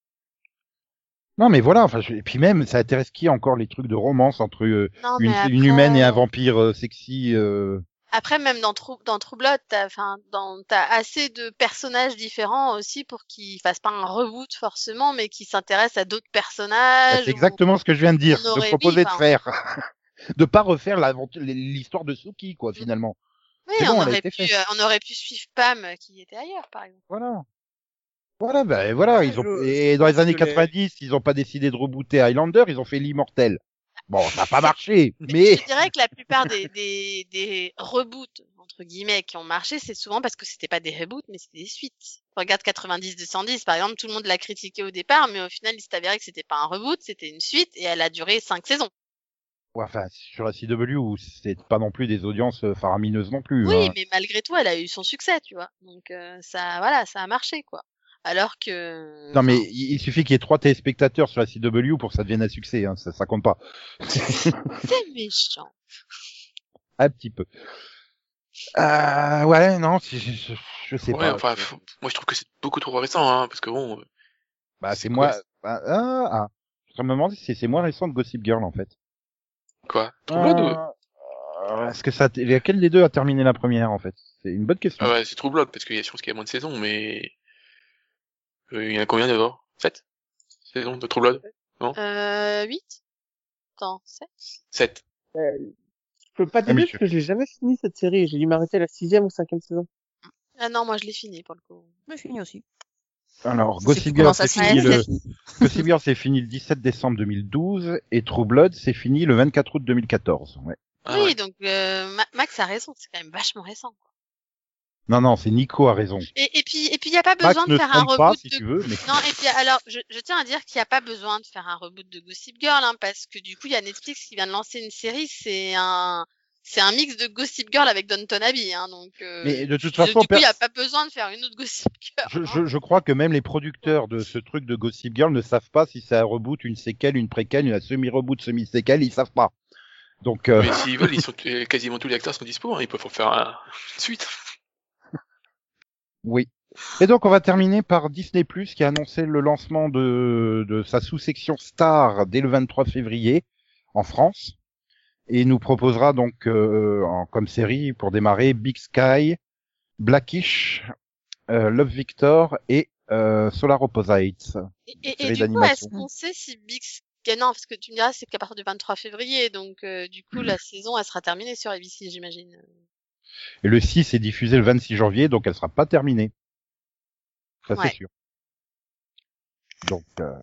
Speaker 1: Non, mais voilà, enfin, je- et puis même, ça intéresse qui encore les trucs de romance entre euh,
Speaker 5: Non,
Speaker 1: une,
Speaker 5: mais après,
Speaker 1: une humaine et un vampire euh, sexy, euh,
Speaker 5: Après, même dans Trou, dans True Blood, t'as, enfin, dans, t'as assez de personnages différents aussi pour qu'ils fassent pas un reboot forcément, mais qu'ils s'intéressent à d'autres
Speaker 1: Bah,
Speaker 5: personnages.
Speaker 1: C'est
Speaker 5: ou-
Speaker 1: exactement ce que je viens de dire,
Speaker 5: on aurait
Speaker 1: de proposer
Speaker 5: mis,
Speaker 1: de
Speaker 5: enfin.
Speaker 1: faire. de pas refaire l'aventure- l'histoire de Suki,
Speaker 5: Mm.
Speaker 1: quoi, finalement.
Speaker 5: Oui,
Speaker 1: C'est bon,
Speaker 5: on
Speaker 1: elle a
Speaker 5: aurait
Speaker 1: été
Speaker 5: pu,
Speaker 1: faite.
Speaker 5: euh, on aurait pu suivre Pam euh, qui était ailleurs, par exemple.
Speaker 1: Voilà. Voilà, ben voilà, ils ont,
Speaker 3: Je-
Speaker 1: et dans les années
Speaker 3: je l'ai-
Speaker 1: 90, ils ont pas décidé de rebooter Highlander, ils ont fait l'immortel. Bon, ça n'a pas marché, mais,
Speaker 5: Je dirais que la plupart des, des, des reboots, entre guillemets, qui ont marché, c'est souvent parce que c'était pas des reboots, mais c'était des suites. Regarde 90-210, par exemple, tout le monde l'a critiqué au départ, mais au final, il s'est avéré que c'était pas un reboot, c'était une suite, et elle a duré cinq saisons.
Speaker 1: Ouais, enfin, sur la CW, c'est pas non plus des audiences euh, faramineuses non plus.
Speaker 5: Oui,
Speaker 1: hein.
Speaker 5: mais malgré tout, elle a eu son succès, tu vois. Donc, euh, ça, voilà, ça a marché, quoi. Alors que...
Speaker 1: Non, mais il il suffit qu'il y ait trois téléspectateurs sur la CW pour que ça devienne un succès, hein, ça, ça compte pas.
Speaker 5: C'est méchant.
Speaker 1: un petit peu. Euh, ouais, non, je, je- je sais
Speaker 4: Ouais,
Speaker 1: pas.
Speaker 4: enfin, pff, moi je trouve que c'est beaucoup trop récent, hein, parce que bon, euh,
Speaker 1: Bah,
Speaker 4: C'est
Speaker 1: c'est
Speaker 4: quoi,
Speaker 1: moi. bah, ah, ah. Je suis en train de me demander si c'est moins récent que Gossip Girl, en fait.
Speaker 4: quoi.
Speaker 1: Ah,
Speaker 4: True Blood
Speaker 3: Ah.
Speaker 4: ou-
Speaker 1: Euh, Est-ce que ça, t- laquelle des deux a terminé la première, en fait? C'est une bonne question.
Speaker 4: Ah
Speaker 5: Euh,
Speaker 4: ouais, c'est True Blood, parce qu'il y a, je pense qu'il y a moins de saisons, mais. Euh, il y en a combien d'abord 7 Saisons de True Blood
Speaker 5: Euh, 8 Attends, 7
Speaker 4: 7.
Speaker 3: Je peux pas
Speaker 1: Ah, mais
Speaker 3: t'aider
Speaker 1: tu-
Speaker 3: parce que j'ai jamais fini cette série. J'ai dû m'arrêter à la sixième ou cinquième saison.
Speaker 5: Ah non, moi, je l'ai fini, pour le coup.
Speaker 2: Je finis aussi.
Speaker 1: Alors,
Speaker 2: C'est
Speaker 1: Gossip
Speaker 2: qu'il
Speaker 1: Girl,
Speaker 2: commence à
Speaker 1: c'est
Speaker 2: se
Speaker 1: fini
Speaker 5: finir,
Speaker 1: le, Gossip Girl, c'est fini le 17 décembre 2012, et True Blood, c'est fini le 24 août 2014. Ouais.
Speaker 4: Ah
Speaker 5: oui,
Speaker 4: ouais.
Speaker 5: donc euh, Ma- Max a raison, c'est quand même vachement récent. quoi.
Speaker 1: Non, non, c'est Nico a raison.
Speaker 5: Et, et puis, et puis il n'y a pas
Speaker 1: Max
Speaker 5: besoin
Speaker 1: ne
Speaker 5: de faire un
Speaker 1: trompe pas,
Speaker 5: reboot
Speaker 1: si
Speaker 5: de. euh,
Speaker 1: tu veux, mais.
Speaker 5: Non, et puis alors, je, je tiens à dire qu'il n'y a pas besoin de faire un reboot de Gossip Girl, hein, parce que du coup, il y a Netflix qui vient de lancer une série, c'est un, c'est un mix de Gossip Girl avec Downton Abbey, hein, donc. euh,
Speaker 1: Mais de toute
Speaker 5: du-
Speaker 1: façon,
Speaker 5: du coup, il n'y a
Speaker 1: per-
Speaker 5: pas besoin de faire une autre Gossip Girl.
Speaker 1: je,
Speaker 5: hein.
Speaker 1: je, je crois que même les producteurs de ce truc de Gossip Girl ne savent pas si c'est un reboot, une séquelle, une préquelle, une semi-reboot, semi-séquelle, ils savent pas. Donc, euh,
Speaker 4: Mais s'ils veulent, ils sont, euh, quasiment tous les acteurs sont dispo, hein, ils peuvent en faire un... une suite.
Speaker 1: Oui. Et donc on va terminer par Disney Plus qui a annoncé le lancement de, de sa sous-section Star dès le 23 février en France et nous proposera donc euh, en, comme série pour démarrer Big Sky, Blackish, euh, Love Victor et euh, Solar Opposites.
Speaker 5: Et, et,
Speaker 1: série
Speaker 5: et du coup,
Speaker 1: d'animation.
Speaker 5: est-ce qu'on sait si Big Sky- Non, parce que tu me diras, c'est qu'à partir du 23 février, donc euh, du coup, la saison, elle sera terminée sur ABC, j'imagine.
Speaker 1: Et le 6 est diffusé le 26 janvier donc elle sera pas terminée. Ça
Speaker 5: Ouais.
Speaker 1: c'est sûr. Donc, euh,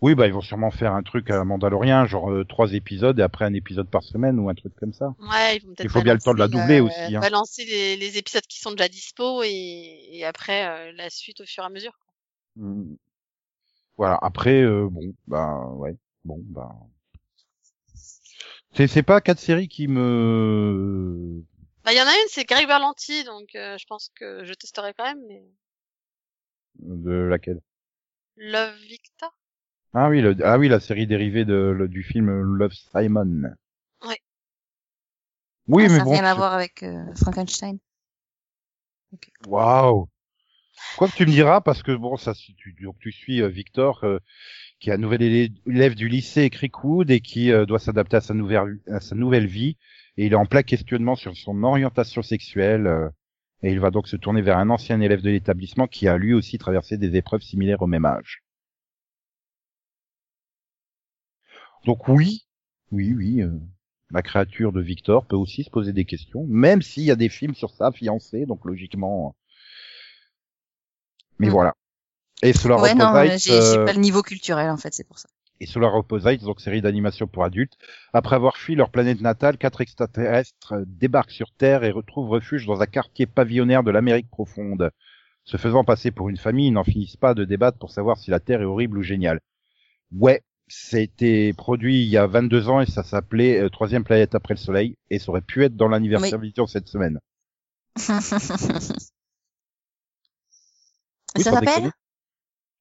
Speaker 1: oui, bah ils vont sûrement faire un truc à Mandalorian, genre euh, trois épisodes et après un épisode par semaine ou un truc comme ça.
Speaker 5: Ouais, ils vont peut-être
Speaker 1: Il faut bien le temps de la
Speaker 5: balancer, euh,
Speaker 1: doubler aussi, hein.
Speaker 5: Balancer les, les épisodes qui sont déjà dispo et, et après euh, la suite au fur et à mesure.
Speaker 1: Mm. Voilà. Après, euh, bon, bah ouais, bon, bah. C'est c'est pas quatre séries qui me.
Speaker 5: Bah, il y en a une, c'est Greg Berlanti, donc euh, je pense que je testerai quand même. Mais...
Speaker 1: De laquelle
Speaker 5: Love Victa
Speaker 1: Ah oui, le... ah oui, la série dérivée de le- du film Love Simon.
Speaker 5: Ouais.
Speaker 1: Oui,
Speaker 2: Ah,
Speaker 1: mais
Speaker 2: ça
Speaker 1: bon.
Speaker 2: n'a rien à
Speaker 1: c'est-
Speaker 2: voir avec euh, Frankenstein.
Speaker 1: Waouh Quoi que tu me diras, parce que bon, ça, si tu, donc tu suis euh, Victor, euh, qui est un nouvel élè- élève du lycée Creekwood et qui euh, doit s'adapter à sa nouvelle à sa nouvelle vie, et il est en plein questionnement sur son orientation sexuelle, euh, et il va donc se tourner vers un ancien élève de l'établissement qui a lui aussi traversé des épreuves similaires au même âge. Donc oui, oui, oui, euh, la créature de Victor peut aussi se poser des questions, même s'il y a des films sur sa fiancée, donc logiquement. euh, Mais
Speaker 2: Mm.
Speaker 1: voilà. Et Solar
Speaker 2: ouais, non, euh,
Speaker 1: Opposites,
Speaker 2: j'ai j'ai
Speaker 1: euh,
Speaker 2: pas le niveau culturel en fait, c'est pour ça.
Speaker 1: et Solar Opposites, donc série d'animation pour adultes, après avoir fui leur planète natale, quatre extraterrestres euh, débarquent sur Terre et retrouvent refuge dans un quartier pavillonnaire de l'Amérique profonde. Se faisant passer pour une famille, ils n'en finissent pas de débattre pour savoir si la Terre est horrible ou géniale. Ouais, c'était produit il y a 22 ans et ça s'appelait euh, Troisième planète après le Soleil et ça aurait pu être dans l'anniversaire vision cette semaine. Oui,
Speaker 2: ça
Speaker 1: sans
Speaker 2: s'appelle
Speaker 1: déconner.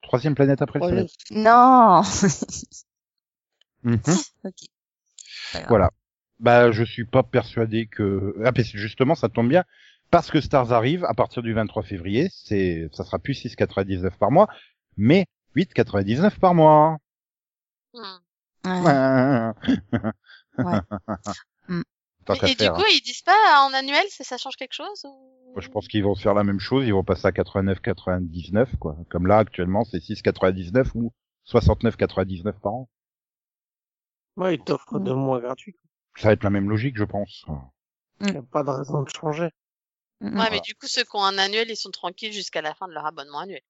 Speaker 1: Troisième planète après le
Speaker 3: Ouais,
Speaker 1: Soleil.
Speaker 2: Non.
Speaker 1: Mhm.
Speaker 2: Ok. Pas grave.
Speaker 1: Voilà. Bah, je suis pas persuadé que. Ah, parce que justement, ça tombe bien parce que Stars arrive à partir du 23 février. C'est, ça sera plus 6,99 par mois, mais 8,99 par mois.
Speaker 5: Hmm.
Speaker 2: Ouais.
Speaker 1: Tant qu'à
Speaker 5: Mm. Et, et du
Speaker 1: faire,
Speaker 5: coup,
Speaker 1: hein.
Speaker 5: ils disent pas en annuel, c'est- ça change quelque chose ou...
Speaker 1: Je pense qu'ils vont faire la même chose. Ils vont passer à 89,99 quoi. Comme là, actuellement, c'est 6,99 ou 69,99 par an.
Speaker 3: Ouais, ils t'offrent
Speaker 5: Mmh.
Speaker 2: Mm.
Speaker 3: deux mois gratuits.
Speaker 1: Ça va être la même logique, je pense.
Speaker 3: Il n'y a pas de raison de changer.
Speaker 2: Mm, mm.
Speaker 5: Ouais, mais du coup, ceux qui ont un annuel, ils sont tranquilles jusqu'à la fin de leur abonnement annuel.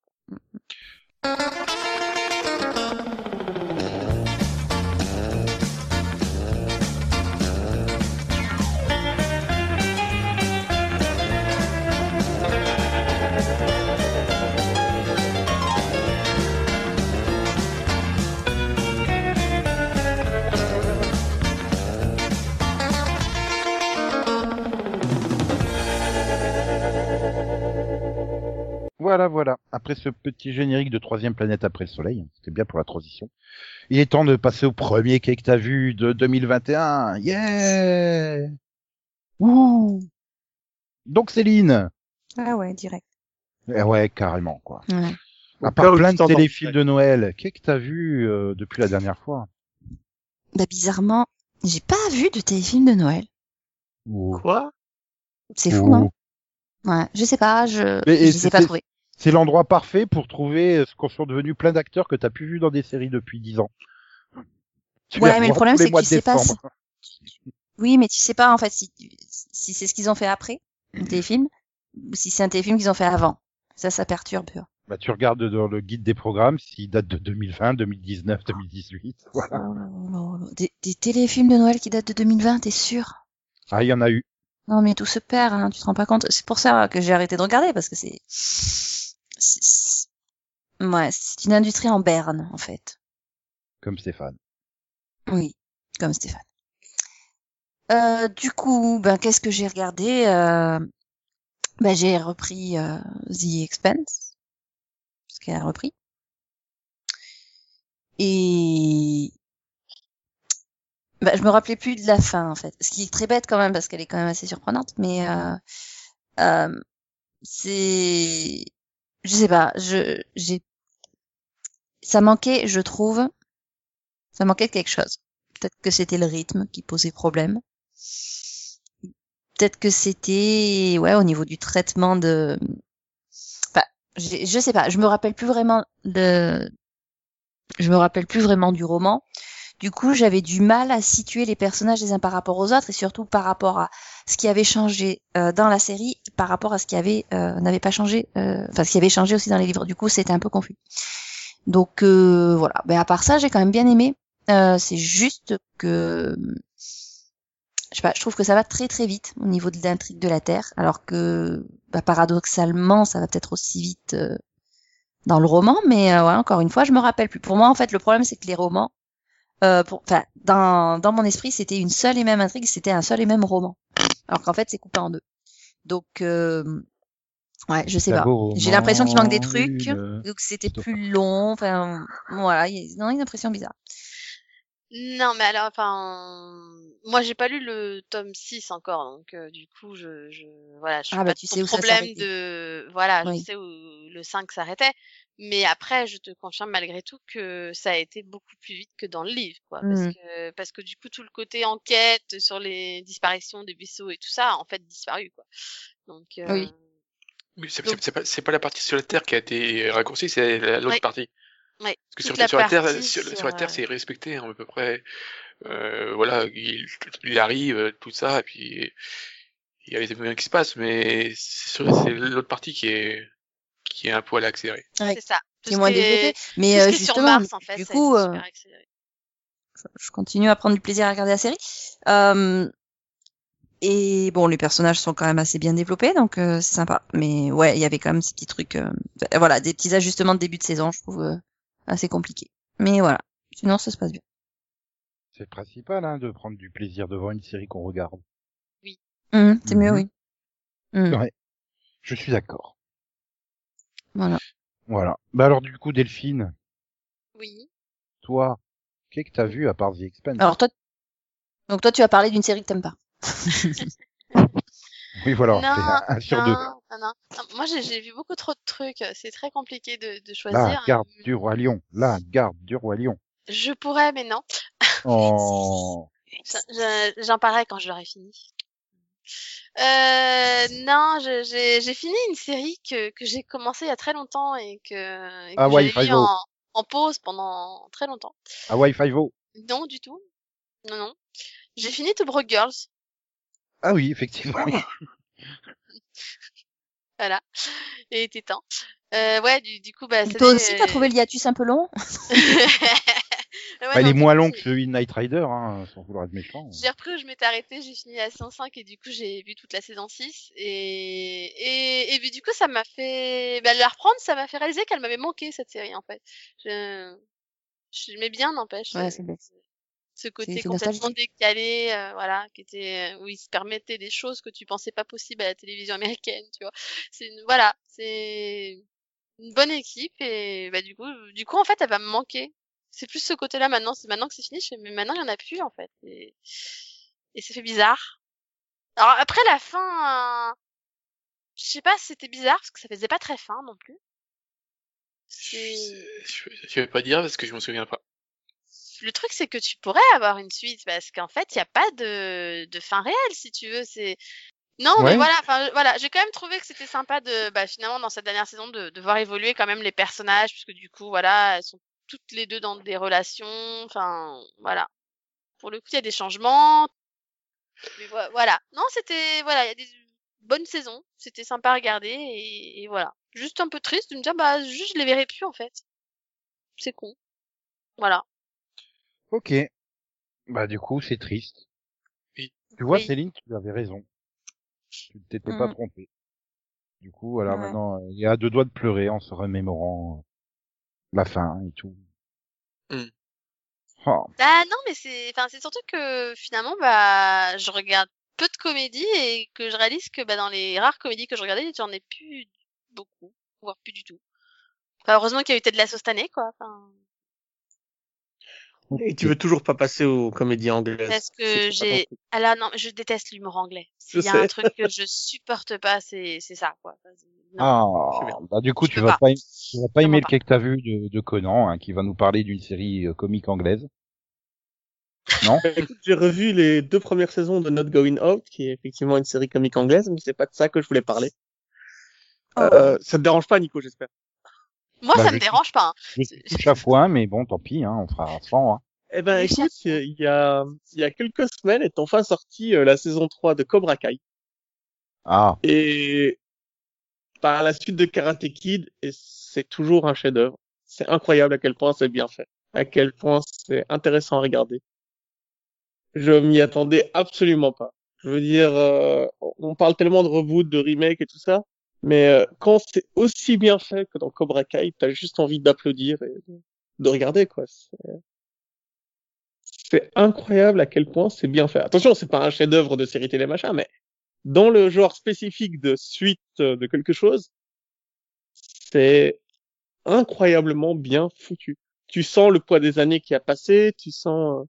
Speaker 1: Voilà, voilà. Après ce petit générique de troisième planète après le soleil, hein, c'était bien pour la transition. Il est temps de passer au premier quai que t'as vu de 2021. Yeah! Ouh! Donc Céline!
Speaker 2: Ah ouais, direct.
Speaker 1: Eh ouais, carrément, quoi.
Speaker 2: Ouais.
Speaker 1: À
Speaker 3: Au
Speaker 1: part
Speaker 3: cas où
Speaker 1: plein
Speaker 3: tu
Speaker 1: de
Speaker 3: t'entends.
Speaker 1: téléfilms de Noël, qu'est-ce que t'as vu euh, depuis la dernière fois?
Speaker 2: Bah bizarrement, j'ai pas vu de téléfilm de Noël.
Speaker 1: Ouh.
Speaker 3: Quoi
Speaker 2: C'est fou, hein.
Speaker 1: Ouh.
Speaker 2: Ouais, je sais pas, je
Speaker 1: Oh. Mais, et
Speaker 2: je les ai pas
Speaker 1: c'était-
Speaker 2: trouvés.
Speaker 1: C'est l'endroit parfait pour trouver euh, ce qu'on sont devenus plein d'acteurs que t'as pu vu dans des séries depuis dix ans. Tu
Speaker 2: Ouais,
Speaker 1: les
Speaker 2: mais
Speaker 1: revois
Speaker 2: le problème,
Speaker 1: tous les
Speaker 2: c'est que
Speaker 1: mois
Speaker 2: tu
Speaker 1: de
Speaker 2: sais pas
Speaker 1: décembre.
Speaker 2: Oui, mais tu sais pas en fait si si c'est ce qu'ils ont fait après le téléfilm ou si c'est un téléfilm qu'ils ont fait avant. Ça, ça perturbe.
Speaker 1: Bah, tu regardes dans le guide des programmes s'il date de 2020, 2019, 2018. Voilà.
Speaker 2: Oh là là là là. Des, des téléfilms de Noël qui datent de 2020, t'es sûr
Speaker 1: Ah, il y en a eu.
Speaker 2: Non, mais tout se perd, hein, tu te rends pas compte. C'est pour ça que j'ai arrêté de regarder, parce que c'est... c'est- c'est- Ouais, c'est une industrie en berne, en fait.
Speaker 1: Comme Stéphane.
Speaker 2: Oui, comme Stéphane. Euh, du coup, ben, qu'est-ce que j'ai regardé euh... ben, J'ai repris euh, The Expense, parce qu'elle a repris. Et... Ben, je me rappelais plus de la fin, en fait. Ce qui est très bête quand même, parce qu'elle est quand même assez surprenante, mais... Euh... euh, C'est... Je sais pas, je... j'ai Ça manquait, je trouve... Ça manquait de quelque chose. Peut-être que c'était le rythme qui posait problème. Peut-être que c'était, ouais, au niveau du traitement de, enfin, j'ai- je sais pas, je me rappelle plus vraiment de, je me rappelle plus vraiment du roman. Du coup, j'avais du mal à situer les personnages les uns par rapport aux autres et surtout par rapport à ce qui avait changé euh, dans la série, par rapport à ce qui avait euh, n'avait pas changé, euh, enfin ce qui avait changé aussi dans les livres. Du coup, c'était un peu confus. Donc euh, voilà. Mais à part ça, j'ai quand même bien aimé. Euh, c'est juste que je sais pas, je trouve que ça va très très vite au niveau de l'intrigue de la Terre, alors que bah, paradoxalement, ça va peut-être aussi vite euh, dans le roman. Mais euh, ouais, encore une fois, je me rappelle plus. Pour moi, en fait, le problème c'est que les romans, euh, pour, enfin, dans dans mon esprit, c'était une seule et même intrigue, c'était un seul et même roman, alors qu'en fait, c'est coupé en deux. Donc euh, ouais, je sais pas. J'ai l'impression qu'il manque des trucs. Donc c'était
Speaker 1: Plutôt
Speaker 2: plus long. Enfin, voilà, il y a non, une impression bizarre.
Speaker 5: Non, mais alors, enfin, moi j'ai pas lu le tome 6 encore, donc euh, du coup, je, je voilà, je suis
Speaker 2: Ah, bah,
Speaker 5: pas
Speaker 2: tu
Speaker 5: trop
Speaker 2: sais où ça
Speaker 5: problème
Speaker 2: s'arrêtait.
Speaker 5: de, voilà,
Speaker 2: Oui.
Speaker 5: je sais où le 5 s'arrêtait, mais après, je te confirme malgré tout que ça a été beaucoup plus vite que dans le livre, quoi,
Speaker 2: Mhm.
Speaker 5: parce que parce que du coup, tout le côté enquête sur les disparitions des vaisseaux et tout ça, a en fait, disparu, quoi. Donc, euh,
Speaker 2: Oui.
Speaker 4: Oui, c'est
Speaker 5: Donc-
Speaker 4: c'est- c'est pas, c'est pas la partie sur la Terre qui a été raccourcie, c'est la- l'autre
Speaker 5: Ouais.
Speaker 4: partie.
Speaker 5: Ouais,
Speaker 4: Parce que
Speaker 5: toute
Speaker 4: sur,
Speaker 5: la
Speaker 4: sur la Terre,
Speaker 5: partie
Speaker 4: sur,
Speaker 5: sur,
Speaker 4: sur la Terre,
Speaker 5: euh,
Speaker 4: c'est respecté hein, à peu près. Euh, voilà, il, il arrive, euh, tout ça, et puis il y a les événements qui se passent, mais c'est sur- c'est l'autre partie qui est qui est un peu à l'accéléré.
Speaker 2: Ouais,
Speaker 5: c'est ça.
Speaker 2: qui
Speaker 5: Tout
Speaker 2: est
Speaker 5: ce
Speaker 2: moins
Speaker 5: qui est-
Speaker 2: développé.
Speaker 5: tout
Speaker 2: Mais
Speaker 5: ce
Speaker 2: euh,
Speaker 5: qui est sur
Speaker 2: justement,
Speaker 5: Mars, en fait,
Speaker 2: du
Speaker 5: ça a
Speaker 2: coup,
Speaker 5: été
Speaker 2: euh,
Speaker 5: super accéléré.
Speaker 2: je continue à prendre du plaisir à regarder la série. Euh, et bon, les personnages sont quand même assez bien développés, donc euh, c'est sympa. Mais ouais, il y avait quand même ces petits trucs, euh, enfin, voilà, des petits ajustements de début de saison, je trouve euh, assez compliqué. Mais voilà, sinon ça se passe bien.
Speaker 1: C'est le principal, hein, de prendre du plaisir devant une série qu'on regarde.
Speaker 2: Hum, c'est mieux,
Speaker 1: Mhm.
Speaker 2: oui. Hum,
Speaker 1: Ouais. Je suis d'accord.
Speaker 2: Voilà.
Speaker 1: Voilà. Bah alors du coup, Delphine,
Speaker 5: Oui.
Speaker 1: toi, qu'est-ce que t'as vu à part The Expanse
Speaker 2: Alors toi, donc toi, tu as parlé d'une série que t'aimes pas.
Speaker 1: Oui, voilà,
Speaker 5: Non,
Speaker 1: c'est un, un sur
Speaker 5: non,
Speaker 1: deux.
Speaker 5: non, non. Non, Moi, j'ai- j'ai vu beaucoup trop de trucs. euh, C'est très compliqué de, de
Speaker 1: La
Speaker 5: choisir.
Speaker 1: garde du roi lion. La garde du roi lion.
Speaker 5: Je pourrais, mais non.
Speaker 1: Oh.
Speaker 5: Je- je- J'en parlerai quand je l'aurai fini. Euh, non, je- j'ai j'ai fini une série que, que j'ai commencé il y a très longtemps et que, et que
Speaker 1: Hawaii
Speaker 5: j'ai mis
Speaker 1: Five-O.
Speaker 5: en, en pause pendant très longtemps.
Speaker 1: Hawaii Five-O.
Speaker 5: Non, du tout. Non, non. J'ai fini To Broke Girls.
Speaker 1: Ah oui, effectivement. oui.
Speaker 5: Voilà. Et il était temps. Euh, ouais, du, du coup, bah,
Speaker 2: Toi aussi, t'as trouvé le hiatus un peu long
Speaker 1: Bah, il est moins long
Speaker 5: longue
Speaker 1: que celui de Night Rider, hein, sans vouloir être méchant.
Speaker 5: J'ai repris où je m'étais arrêtée, j'ai fini à la saison 5 et du coup j'ai vu toute la saison 6 et et, et puis du coup ça m'a fait bah, la reprendre, ça m'a fait réaliser qu'elle m'avait manqué cette série en fait. Je je l'aimais bien n'empêche
Speaker 2: Ouais,
Speaker 5: euh,
Speaker 2: c'est bien.
Speaker 5: ce
Speaker 2: c'est
Speaker 5: côté complètement
Speaker 2: nostalgique.
Speaker 5: décalé euh, voilà qui était où il se permettait des choses que tu pensais pas possible à la télévision américaine, tu vois. C'est une- voilà, c'est une bonne équipe et bah du coup du coup en fait elle va me manquer c'est plus ce côté là maintenant c'est maintenant que c'est fini je fais, mais maintenant il y en a plus en fait et, et ça fait bizarre alors après la fin euh, je sais pas si c'était bizarre parce que ça faisait pas très fin non plus
Speaker 4: Je,
Speaker 5: C'est-
Speaker 4: je- je vais pas dire parce que je m'en souviens pas.
Speaker 5: le truc c'est que tu pourrais avoir une suite parce qu'en fait il y a pas de de fin réelle si tu veux c'est non
Speaker 1: Ouais.
Speaker 5: mais voilà enfin voilà j'ai quand même trouvé que c'était sympa de bah, finalement dans cette dernière saison de, de voir évoluer quand même les personnages puisque du coup voilà elles sont toutes les deux dans des relations enfin voilà pour le coup il y a des changements mais vo- voilà non c'était voilà il y a des bonnes saisons c'était sympa à regarder et, et voilà juste un peu triste de me dire bah juste je les verrai plus en fait c'est con voilà
Speaker 1: Ok. Bah du coup, c'est triste.
Speaker 4: Oui.
Speaker 1: Tu vois,
Speaker 5: Oui.
Speaker 1: Céline, tu avais raison. Tu ne t'étais pas
Speaker 2: Mhm.
Speaker 1: trompée. Du coup, voilà,
Speaker 2: Ouais.
Speaker 1: maintenant, euh, il y a deux doigts de pleurer en se remémorant euh, la fin et tout.
Speaker 4: Mhm.
Speaker 1: Oh.
Speaker 5: Ah non, mais c'est, enfin, c'est surtout que finalement, bah, je regarde peu de comédies et que je réalise que bah, dans les rares comédies que je regardais, j'en ai plus beaucoup, voire plus du tout. Enfin, heureusement qu'il y a eu peut-être de la sauce cette année, quoi. Enfin,
Speaker 3: Et tu veux toujours pas passer aux comédies anglaises.
Speaker 5: parce
Speaker 3: C'est
Speaker 5: que
Speaker 3: pas
Speaker 5: j'ai,
Speaker 3: ton truc.
Speaker 5: ah là, non, mais je déteste l'humour anglais.
Speaker 3: Je
Speaker 5: S'il y a un
Speaker 3: sais.
Speaker 5: truc que je supporte pas, c'est, c'est ça, quoi. Enfin, c'est- non.
Speaker 1: Ah,
Speaker 3: c'est bien.
Speaker 1: bah du coup,
Speaker 5: Je
Speaker 1: tu
Speaker 5: peux
Speaker 1: vas
Speaker 5: pas.
Speaker 1: pas, aim- tu vas pas
Speaker 5: Vraiment
Speaker 1: aimer le
Speaker 5: pas.
Speaker 1: quai que t'as vu de, de Conan, hein, qui va nous parler d'une série euh, comique anglaise. Non
Speaker 3: Bah, écoute, J'ai revu les deux premières saisons de Not Going Out, qui est effectivement une série comique anglaise, mais c'est pas de ça que je voulais parler.
Speaker 5: Oh.
Speaker 2: Oh.
Speaker 3: Euh, ça te dérange pas, Nico, j'espère.
Speaker 5: Moi,
Speaker 1: Bah,
Speaker 5: ça
Speaker 1: je
Speaker 5: me
Speaker 1: suis-
Speaker 5: dérange pas. hein.
Speaker 1: Je suis touche à foin, mais bon, tant pis, hein, on fera 100. Hein.
Speaker 3: Eh ben,
Speaker 5: Oui,
Speaker 3: écoute, euh, il y a, il y a quelques semaines est enfin sortie euh, la saison 3 de Cobra Kai.
Speaker 1: Ah,
Speaker 3: Et par la suite de Karate Kid, et c'est toujours un chef-d'œuvre. C'est incroyable à quel point c'est bien fait, à quel point c'est intéressant à regarder. Je m'y attendais absolument pas. Je veux dire, euh, on parle tellement de reboot, de remake et tout ça, mais euh, quand c'est aussi bien fait que dans Cobra Kai, t'as juste envie d'applaudir et de regarder quoi. C'est- C'est incroyable à quel point c'est bien fait. Attention, c'est pas un chef-d'œuvre de série télé machin, mais dans le genre spécifique de suite euh, de quelque chose, c'est incroyablement bien foutu. Tu sens le poids des années qui a passé, tu sens. euh,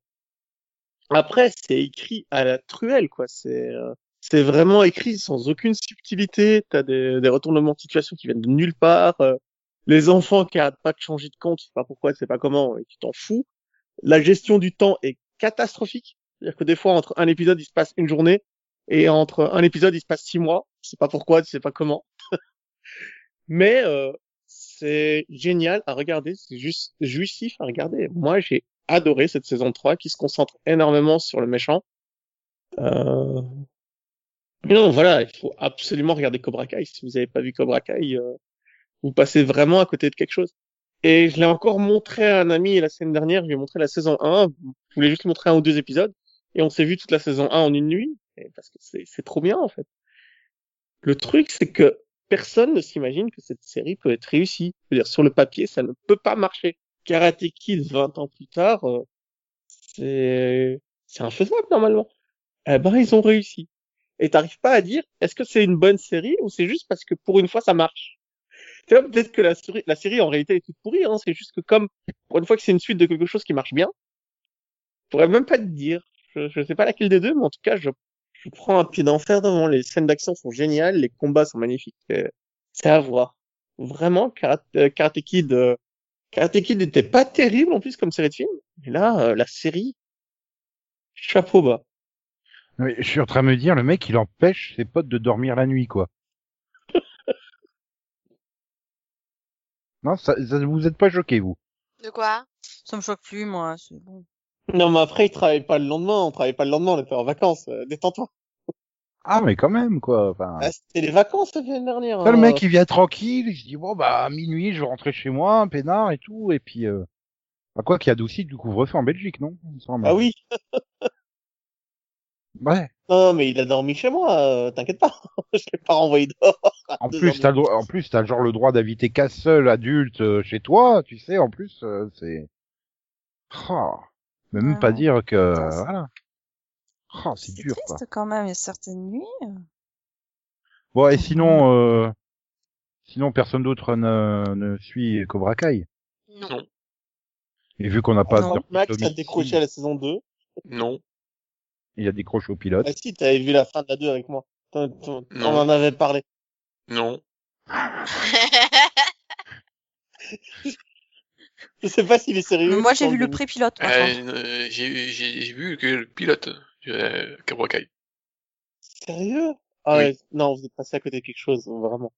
Speaker 3: Après, c'est écrit à la truelle, quoi. C'est euh, c'est vraiment écrit sans aucune subtilité. T'as des, des retournements de situation qui viennent de nulle part. euh, les enfants qui arrêtent pas de changer de compte, tu sais pas pourquoi, tu sais pas comment, et tu t'en fous. La gestion du temps est catastrophique. C'est-à-dire que des fois, entre un épisode, il se passe une journée, et entre un épisode, il se passe six mois. Tu sais pas pourquoi, tu sais pas comment. Mais euh, c'est génial à regarder, c'est juste jouissif à regarder. Moi, j'ai adoré cette saison 3 qui se concentre énormément sur le méchant. Euh... Non, voilà, il faut absolument regarder Cobra Kai. Si vous n'avez pas vu Cobra Kai, euh, vous passez vraiment à côté de quelque chose. Et je l'ai encore montré à un ami la semaine dernière, je lui ai montré la saison 1, je voulais juste montrer un ou deux épisodes, et on s'est vu toute la saison 1 en une nuit, et parce que c'est c'est trop bien en fait. Le truc, c'est que personne ne s'imagine que cette série peut être réussie. Je veux dire, sur le papier, ça ne peut pas marcher. Karate Kid, 20 ans plus tard, euh, c'est, c'est infaisable, normalement. Eh ben, ils ont réussi. Et t'arrives pas à dire, est-ce que c'est une bonne série ou c'est juste parce que pour une fois, ça marche? Tu vois, peut-être que la série, la série, en réalité, est toute pourrie, hein. C'est juste que comme, pour une fois que c'est une suite de quelque chose qui marche bien, je pourrais même pas te dire. Je, je sais pas laquelle des deux, mais en tout cas, je, je prends un pied d'enfer devant. Les scènes d'action sont géniales, les combats sont magnifiques. Euh, c'est à voir. Vraiment, Karate, euh, Karate Kid, euh, Karate Kid n'était pas terrible en plus comme série de films, mais là, euh, la série, chapeau bas.
Speaker 1: Mais je suis en train de me dire, le mec, il empêche ses potes de dormir la nuit, quoi. non, ça, ça- vous êtes pas choqué, vous.
Speaker 5: De quoi
Speaker 2: Ça me choque plus, moi. C'est bon.
Speaker 3: Non, mais après, ils travaillent pas le lendemain, on travaille pas le lendemain, on était en vacances, euh, détends-toi.
Speaker 1: Ah, mais quand même, quoi. Enfin,
Speaker 3: Ah, C'était les vacances la semaine dernière.
Speaker 1: ça, le
Speaker 3: hein.
Speaker 1: mec, il vient tranquille, il se dit, bon, bah, à minuit, je vais rentrer chez moi, un peinard et tout, et puis, euh... bah, quoi qu'il adoucit du couvre-feu en Belgique, non? Il me semble.
Speaker 3: Ah oui,
Speaker 1: Ouais.
Speaker 3: non, mais il a dormi chez moi, euh, t'inquiète pas, je l'ai pas renvoyé dehors. à
Speaker 1: En
Speaker 3: deux heures
Speaker 1: plus,
Speaker 3: du
Speaker 1: t'as le droit- en plus, t'as genre le droit d'inviter qu'un seul adulte euh, chez toi, tu sais, en plus, euh, c'est... Oh, même
Speaker 2: Ouais,
Speaker 1: pas
Speaker 2: ouais.
Speaker 1: dire que... euh,
Speaker 2: Putain, c'est-
Speaker 1: voilà. Oh, c'est dur, quoi.
Speaker 2: triste quand même. Il y a certaines nuits.
Speaker 1: Bon, et sinon, euh, sinon personne d'autre ne, ne suit Cobra Kai.
Speaker 5: Non.
Speaker 4: Non.
Speaker 1: Et vu qu'on n'a pas...
Speaker 2: Non,
Speaker 1: de-
Speaker 3: Max a
Speaker 1: domicile,
Speaker 3: décroché à la saison 2.
Speaker 4: Non.
Speaker 1: Il a décroché au pilote.
Speaker 3: Ah si, t'avais vu la fin de la 2 avec moi. T'en- t'en- On
Speaker 4: Non.
Speaker 3: en avait parlé.
Speaker 4: Non.
Speaker 3: Je sais pas s'il est sérieux.
Speaker 2: Moi, j'ai
Speaker 3: dans
Speaker 2: vu le
Speaker 3: début.
Speaker 2: pré-pilote, par contre.
Speaker 4: Euh, euh, j'ai j'ai- j'ai vu que le pilote euh, Cobra Kai.
Speaker 3: Sérieux Ah
Speaker 4: Oui.
Speaker 3: ouais, non, vous êtes passé à côté de quelque chose, vraiment.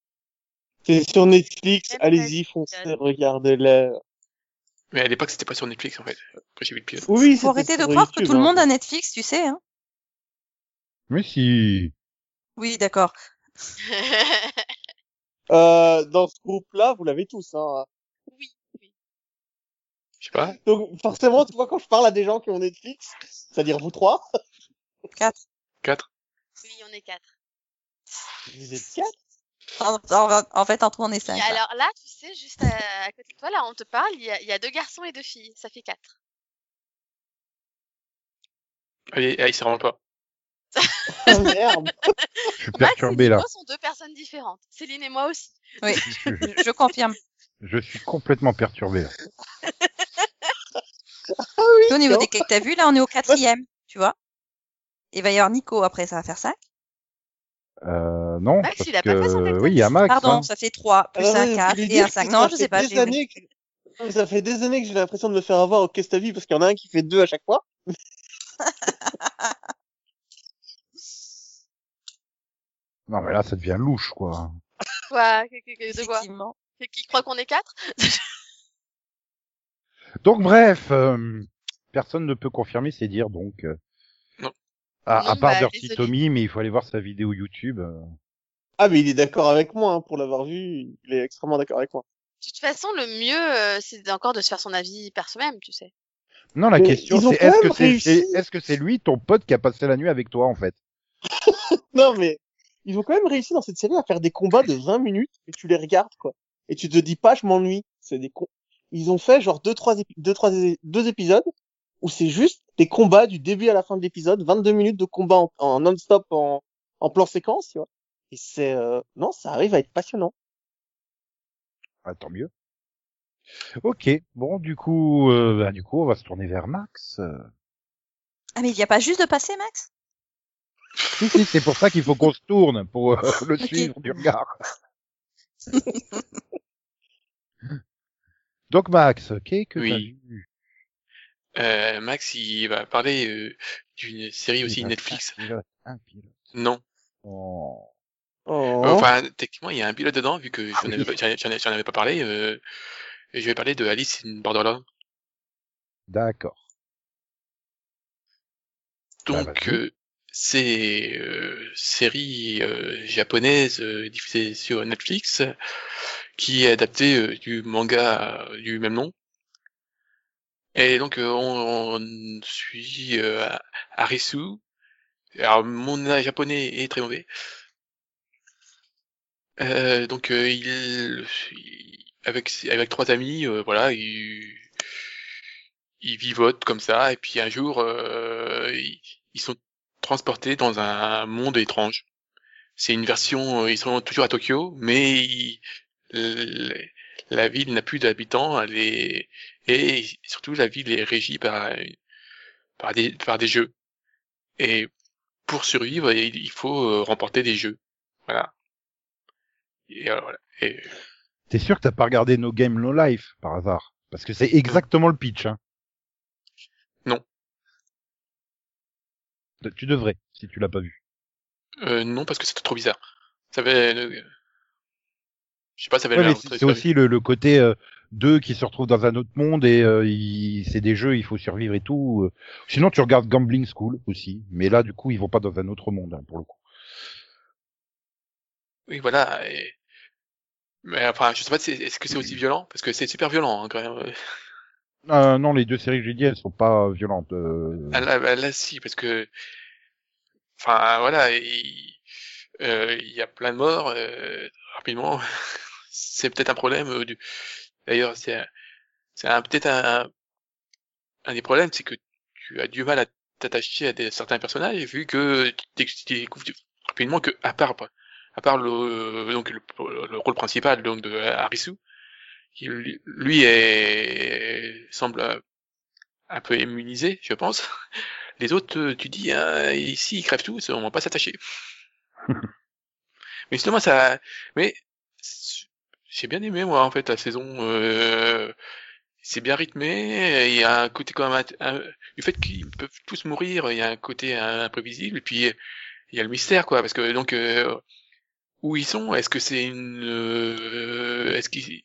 Speaker 3: C'est sur Netflix,
Speaker 5: Même pas
Speaker 3: allez-y, foncez, regardez-le.
Speaker 4: Mais à l'époque, c'était pas sur Netflix en fait. Quand j'ai vu le pilote.
Speaker 3: Oui,
Speaker 2: Faut
Speaker 3: c'était
Speaker 2: arrêter de
Speaker 3: sur
Speaker 2: croire que
Speaker 3: YouTube,
Speaker 2: tout le
Speaker 3: hein.
Speaker 2: monde a Netflix, tu sais. Hein
Speaker 1: Mais si...
Speaker 2: oui, d'accord.
Speaker 3: Euh, dans ce groupe-là, vous l'avez tous, hein.
Speaker 5: oui, oui.
Speaker 4: Je sais pas.
Speaker 3: Donc, forcément, tu vois, quand je parle à des gens qui ont Netflix, c'est-à-dire vous trois,
Speaker 4: Quatre.
Speaker 5: Oui, on est quatre.
Speaker 3: vous êtes quatre.
Speaker 2: En, en- en fait, en tout, on est
Speaker 5: Et
Speaker 2: cinq.
Speaker 5: alors là, tu sais, juste à, à côté de toi, là, on te parle, il y, a- il y a deux garçons et deux filles. Ça fait quatre.
Speaker 4: Ah, il ah, il s'en rend pas.
Speaker 3: Ah, merde.
Speaker 1: Je suis
Speaker 5: Max et
Speaker 1: perturbé, là.
Speaker 5: Nico sont deux personnes différentes. Céline et moi aussi.
Speaker 1: Je, je-
Speaker 2: Je, je confirme.
Speaker 1: je suis complètement perturbé, là.
Speaker 3: Ah oui.
Speaker 2: Au niveau
Speaker 3: non.
Speaker 2: des clés que t'as vu, là, on est au quatrième, tu vois. Il va y avoir Nico après, ça va faire cinq.
Speaker 1: Euh, non,
Speaker 5: Max,
Speaker 1: parce
Speaker 5: il a pas fait son
Speaker 1: que...
Speaker 5: calcul.
Speaker 1: Oui, il y a Max.
Speaker 2: Pardon,
Speaker 1: hein.
Speaker 2: ça fait trois, plus
Speaker 3: Alors,
Speaker 2: un
Speaker 3: vous
Speaker 2: quatre
Speaker 3: voulez
Speaker 2: et
Speaker 3: dire
Speaker 2: un cinq.
Speaker 3: que
Speaker 2: Non,
Speaker 3: ça
Speaker 2: je
Speaker 3: fait
Speaker 2: sais pas.
Speaker 3: des
Speaker 2: j'ai-
Speaker 3: années que- Non, mais Ça fait des années que j'ai l'impression de me faire avoir au Qu'est-ce que t'as vu parce qu'il y en a un qui fait deux à chaque fois.
Speaker 1: Non, mais là, ça devient louche, quoi.
Speaker 5: Quoi que- que- que- De quoi
Speaker 2: Effectivement.
Speaker 5: Que- Qui croit qu'on est quatre
Speaker 1: Donc, bref, euh, personne ne peut confirmer ses dires, donc... euh,
Speaker 4: Non.
Speaker 1: À, à
Speaker 5: Non,
Speaker 1: part
Speaker 5: bah,
Speaker 1: Dirty
Speaker 5: désolé.
Speaker 1: Tommy, mais il faut aller voir sa vidéo YouTube. euh,
Speaker 3: Ah, mais il est d'accord avec moi, hein, pour l'avoir vu, il est extrêmement d'accord avec moi.
Speaker 5: toute façon, le mieux, euh, c'est encore de se faire son avis par soi-même, tu sais.
Speaker 1: Non, la
Speaker 3: Mais
Speaker 1: question,
Speaker 3: ils ont
Speaker 1: c'est
Speaker 3: quand
Speaker 1: est-ce
Speaker 3: même
Speaker 1: que c'est
Speaker 3: réussi.
Speaker 1: est, -ce que c'est lui, ton pote, qui a passé la nuit avec toi, en fait
Speaker 3: Non, mais ils ont quand même réussi dans cette série à faire des combats de 20 minutes et tu les regardes, quoi. Et tu te dis pas, je m'ennuie. C'est des cons. Ils ont fait genre deux, trois, épi- deux, trois, é- deux épisodes où c'est juste des combats du début à la fin de l'épisode, 22 minutes de combat en, en non-stop en, en plan séquence, tu vois. Et c'est, euh, non, ça arrive à être passionnant.
Speaker 1: ah, Tant mieux. Ok, bon, du coup, euh, bah, du coup, on va se tourner vers Max. euh.
Speaker 2: Ah, mais il n'y a pas juste de passer, Max
Speaker 1: Si, si, c'est pour ça qu'il faut qu'on se tourne, pour euh, le
Speaker 2: Ok.
Speaker 1: suivre du regard. Donc, Max, ok, que
Speaker 4: Oui.
Speaker 1: t'as vu
Speaker 4: Euh, Max, il va parler euh, d'une série aussi
Speaker 1: Il va
Speaker 4: Netflix.
Speaker 1: faire Un pilote.
Speaker 4: Non.
Speaker 1: Oh. Ah
Speaker 3: Oh.
Speaker 4: Euh, Enfin, techniquement, il y a un pilote dedans, vu que j'en
Speaker 1: oui.
Speaker 4: avais, pas- j'en- j'en ai- j'en avais pas parlé. euh, et je vais parler de Alice in Borderland.
Speaker 1: D'accord. Bah,
Speaker 4: Donc,
Speaker 1: vas-y.
Speaker 4: euh, c'est euh, série euh, japonaise euh, diffusée sur Netflix, qui est adaptée euh, du manga euh, du même nom. Et donc, euh, on, on suit euh, Harisu. Alors, mon japonais est très mauvais. Euh, donc, euh, il, il- avec avec trois amis, euh, voilà, il, ils vivotent comme ça, et puis un jour, euh, ils, ils sont transportés dans un monde étrange. C'est une version, euh, ils sont toujours à Tokyo, mais ils- l- la ville n'a plus d'habitants, elle est, et surtout la ville est régie par, par des, par des jeux. Et pour survivre, il il faut euh, remporter des jeux. Voilà. Et, euh, voilà. Et,
Speaker 1: T'es sûr que t'as pas regardé No Game No Life, par hasard Parce que c'est exactement le pitch, hein.
Speaker 4: Non.
Speaker 1: De- Euh, Tu devrais, si tu l'as pas vu.
Speaker 4: euh, non, parce que c'était trop bizarre. Ça avait, euh, je sais pas, ça avait
Speaker 1: Ouais,
Speaker 4: l'air
Speaker 1: mais c'est
Speaker 4: très-
Speaker 1: c'est
Speaker 4: très-
Speaker 1: aussi le, le côté euh, d'eux qui se retrouvent dans un autre monde et euh, il- c'est des jeux, il faut survivre et tout. euh. Sinon, tu regardes Gambling School aussi, mais là, du coup, ils vont pas dans un autre monde hein, pour le coup.
Speaker 4: Oui, voilà. et- Mais enfin, je sais pas, si- est-ce que c'est aussi violent Parce que c'est super violent hein, quand même.
Speaker 1: Euh, non, les deux séries que j'ai dit, elles sont pas violentes. euh.
Speaker 4: Ah, Là, bah, là, si, parce que, enfin, voilà, il euh, il y a plein de morts euh, rapidement. c'est peut-être un problème. euh, du... D'ailleurs, c'est un- c'est un- peut-être un, un des problèmes, c'est que tu as du mal à t'attacher à des, certains personnages, vu que tu, dé- tu découvres rapidement que, à part, à part le, donc le, le rôle principal donc de Harisu, qui lui- lui est semble euh, un peu immunisé, je pense. Les autres, euh, tu dis, hein, ici, ils crèvent tous, on va pas s'attacher. mais justement, ça, mais c'est- j'ai bien aimé moi en fait la saison. euh, C'est bien rythmé. Il y a un côté quand même int- un- du fait qu'ils peuvent tous mourir. Il y a un côté euh, imprévisible. Et puis il y a le mystère quoi, parce que donc euh, où ils sont Est-ce que c'est une euh, Est-ce qu'ils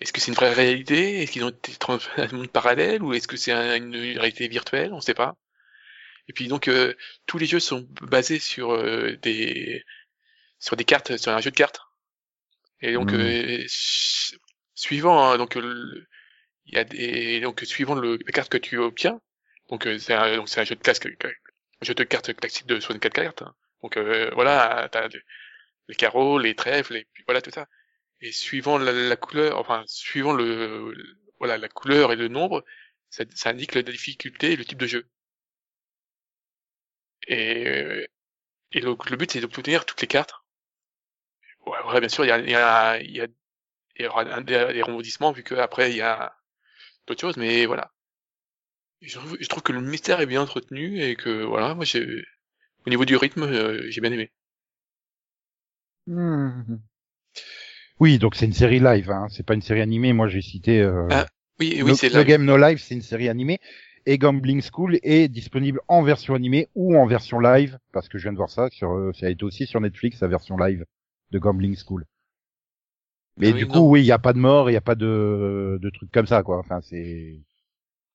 Speaker 4: est-ce que c'est une vraie réalité Est-ce qu'ils ont été transférés à un monde parallèle ou est-ce que c'est un- une réalité virtuelle On ne sait pas. Et puis donc euh, tous les jeux sont basés sur euh, des sur des cartes, sur un jeu de cartes. Et donc
Speaker 1: Mhm.
Speaker 4: euh, su- suivant hein, donc le- il y a des donc suivant le, la carte que tu obtiens. Donc euh, c'est un, donc c'est un jeu de classe, que- que- un jeu de cartes classique de 64 cartes. hein. Donc euh, voilà, t'as des- les carreaux, les trèfles, et puis voilà tout ça et suivant la, la couleur, enfin suivant le, le- voilà la couleur et le nombre, ça, ça indique la difficulté et le type de jeu. Et, euh, et donc le but c'est d'obtenir toutes les cartes. Ouais, ouais, bien sûr, il y a, il y a, il y a- il y aura un- des, des rebondissements vu qu'après il y a d'autres choses, mais voilà. Je trouve, je trouve que le mystère est bien entretenu et que voilà, moi j'ai au niveau du rythme euh, j'ai bien aimé.
Speaker 1: Mhm. Oui, donc c'est une série live, hein. c'est pas une série animée. Moi, j'ai cité euh,
Speaker 4: Ah, Oui, et
Speaker 1: no,
Speaker 4: oui, c'est
Speaker 1: No
Speaker 4: là.
Speaker 1: Game No Life, c'est une série animée. Et Gambling School est disponible en version animée ou en version live, parce que je viens de voir ça, sur, euh, ça a été aussi sur Netflix, la version live de Gambling School. Mais
Speaker 4: Ah oui,
Speaker 1: du
Speaker 4: non.
Speaker 1: coup, oui, il n'y a pas de mort, il n'y a pas de, de trucs comme ça, quoi. Enfin, c'est...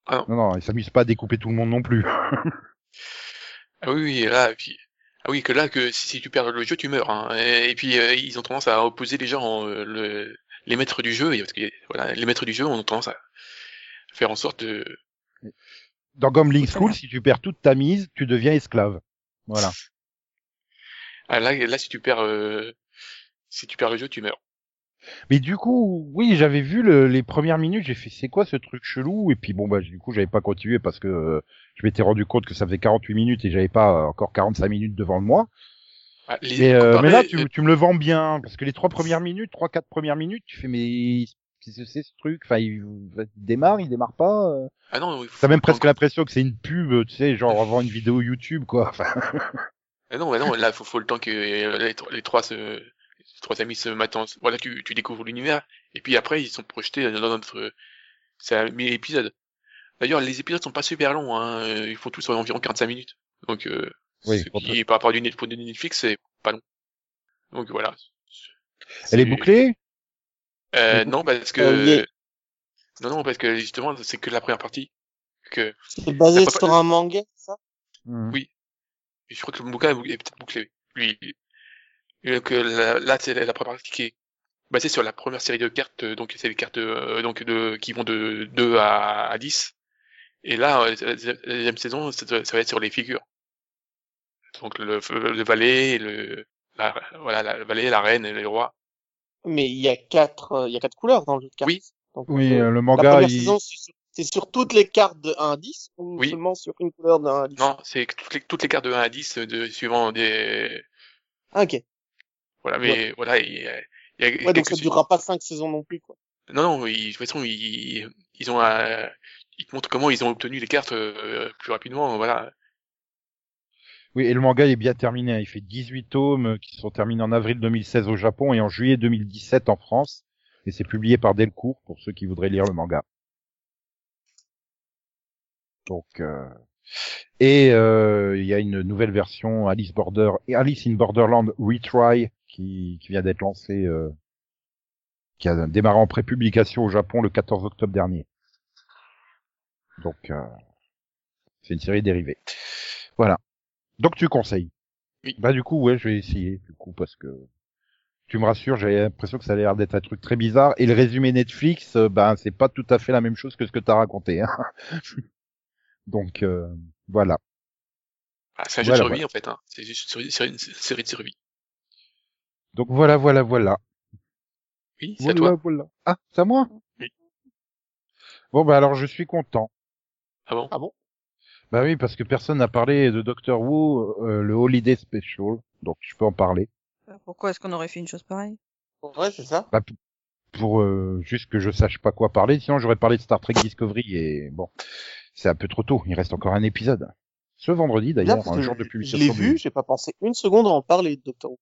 Speaker 4: Ah
Speaker 1: non, non, ils s'amusent pas à découper tout le monde non plus.
Speaker 4: Ah oui, oui, et là, et puis... Ah oui, que là, que si, si tu perds le jeu, tu meurs. hein. Et, et puis, euh, ils ont tendance à opposer les gens, euh, le... les maîtres du jeu, et parce que, voilà, les maîtres du jeu ont tendance à faire en sorte de,
Speaker 1: Dans Gambling School, si tu perds toute ta mise, tu deviens esclave. Voilà.
Speaker 4: ah, là, là, si tu perds, euh, si tu perds le jeu, tu meurs.
Speaker 1: Mais du coup, oui, j'avais vu le- les premières minutes, j'ai fait c'est quoi ce truc chelou Et puis bon bah du coup j'avais pas continué parce que euh, je m'étais rendu compte que ça faisait 48 minutes et j'avais pas euh, encore 45 minutes devant moi.
Speaker 4: Ah, les-
Speaker 1: Mais, euh,
Speaker 4: comparé-
Speaker 1: mais là tu, tu me le vends bien parce que les trois premières minutes, trois quatre premières minutes, tu fais mais qu'est-ce que c'est ce truc Enfin il, il démarre, il démarre pas. euh.
Speaker 4: ah non, il faut-
Speaker 1: T'as même presque l'impression que c'est une pub, tu sais, genre avant une vidéo YouTube quoi. Enfin,
Speaker 4: Ah non, bah non, là, faut, faut le temps que euh, les, tro- les trois se, les trois amis se mettent en- Voilà, tu, tu découvres l'univers, et puis après, ils sont projetés dans notre, c'est un mi-épisode. D'ailleurs, les épisodes sont pas super longs, hein, euh, ils font tous environ 45 minutes. Donc, euh,
Speaker 1: Oui,
Speaker 4: ce
Speaker 1: pour
Speaker 4: qui, par rapport à du, Net- pour du Netflix, c'est pas long. Donc voilà.
Speaker 1: elle est
Speaker 4: C'est-
Speaker 1: bouclée
Speaker 4: Euh, non, parce que,
Speaker 3: Euh, yeah.
Speaker 4: non, non, parce que justement, c'est que la première partie. Que,
Speaker 3: C'est basé
Speaker 4: Ça peut pas-
Speaker 3: sur un manga, ça
Speaker 1: Hmm.
Speaker 4: Oui. je crois que le bouquin est bou- est peut-être bouclé. Lui, il- Et donc, euh, la- là, c'est la la première partie qui est basée sur la première série de cartes, euh, donc c'est les cartes euh, donc de, qui vont de 2 à, à 10. Et là, euh, la deuxième- la deuxième saison, ça, doit- ça va être sur les figures. Donc le, le valet, le, la, voilà, la, le valet, la reine et les rois.
Speaker 3: Mais il y a quatre, euh, il y a quatre couleurs dans le jeu de cartes.
Speaker 4: Oui.
Speaker 3: Donc,
Speaker 1: Oui,
Speaker 3: euh,
Speaker 1: euh, le
Speaker 3: la
Speaker 1: manga.
Speaker 3: première
Speaker 1: il-
Speaker 3: saison, c'est sur- c'est sur toutes les cartes de 1 à 10 ou
Speaker 4: Oui.
Speaker 3: seulement sur une couleur de 1 à 10
Speaker 4: Non, c'est que toutes les, toutes les cartes de 1 à 10 euh, de, suivant des...
Speaker 3: Ah, ok.
Speaker 4: Voilà, mais voilà, il y a, il y a
Speaker 3: Ouais, donc
Speaker 4: quelques
Speaker 3: ça
Speaker 4: su-
Speaker 3: durera pas cinq saisons non plus, quoi.
Speaker 4: Non, non, ils, de toute façon, ils, ils ont un- ils te montrent comment ils ont obtenu les cartes euh, plus rapidement, voilà.
Speaker 1: Oui, et le manga est bien terminé. hein. Il fait 18 tomes euh, qui sont terminés en avril 2016 au Japon et en juillet 2017 en France. Et c'est publié par Delcourt pour ceux qui voudraient lire le manga. Donc, euh, et euh, il y a une nouvelle version Alice Border et Alice in Borderland Retry qui, qui vient d'être lancée, euh, qui a démarré en prépublication au Japon le 14 octobre dernier. Donc, euh, c'est une série dérivée. Voilà. Donc tu conseilles.
Speaker 4: Oui.
Speaker 1: Bah du coup ouais, je vais essayer du coup parce que tu me rassures, j'avais l'impression que ça allait l'air d'être un truc très bizarre et le résumé Netflix euh, ben c'est pas tout à fait la même chose que ce que t'as raconté hein. Donc euh, voilà.
Speaker 4: Ah, c'est un jeu
Speaker 1: Voilà,
Speaker 4: de survie en fait, hein. c'est juste une série- série, une série de survie.
Speaker 1: Donc voilà voilà voilà.
Speaker 4: Oui, c'est à
Speaker 1: Voilà
Speaker 4: toi.
Speaker 1: voilà. Ah, c'est à moi
Speaker 4: Oui.
Speaker 1: Bon bah alors je suis content.
Speaker 4: Ah bon
Speaker 3: Ah bon?
Speaker 1: Bah oui, parce que personne n'a parlé de Doctor Who euh, le Holiday Special, donc je peux en parler.
Speaker 2: Pourquoi est-ce qu'on aurait fait une chose pareille
Speaker 3: Ouais, c'est ça.
Speaker 1: Bah, p- pour euh, juste que je sache pas quoi parler, sinon j'aurais parlé de Star Trek Discovery et bon, c'est un peu trop tôt. Il reste encore un épisode. Ce vendredi
Speaker 3: Là,
Speaker 1: d'ailleurs, hein,
Speaker 3: parce
Speaker 1: un
Speaker 3: que
Speaker 1: jour de
Speaker 3: je-
Speaker 1: publication.
Speaker 3: Je l'ai
Speaker 1: du-
Speaker 3: vu, j'ai pas pensé une seconde à en parler de Doctor Who.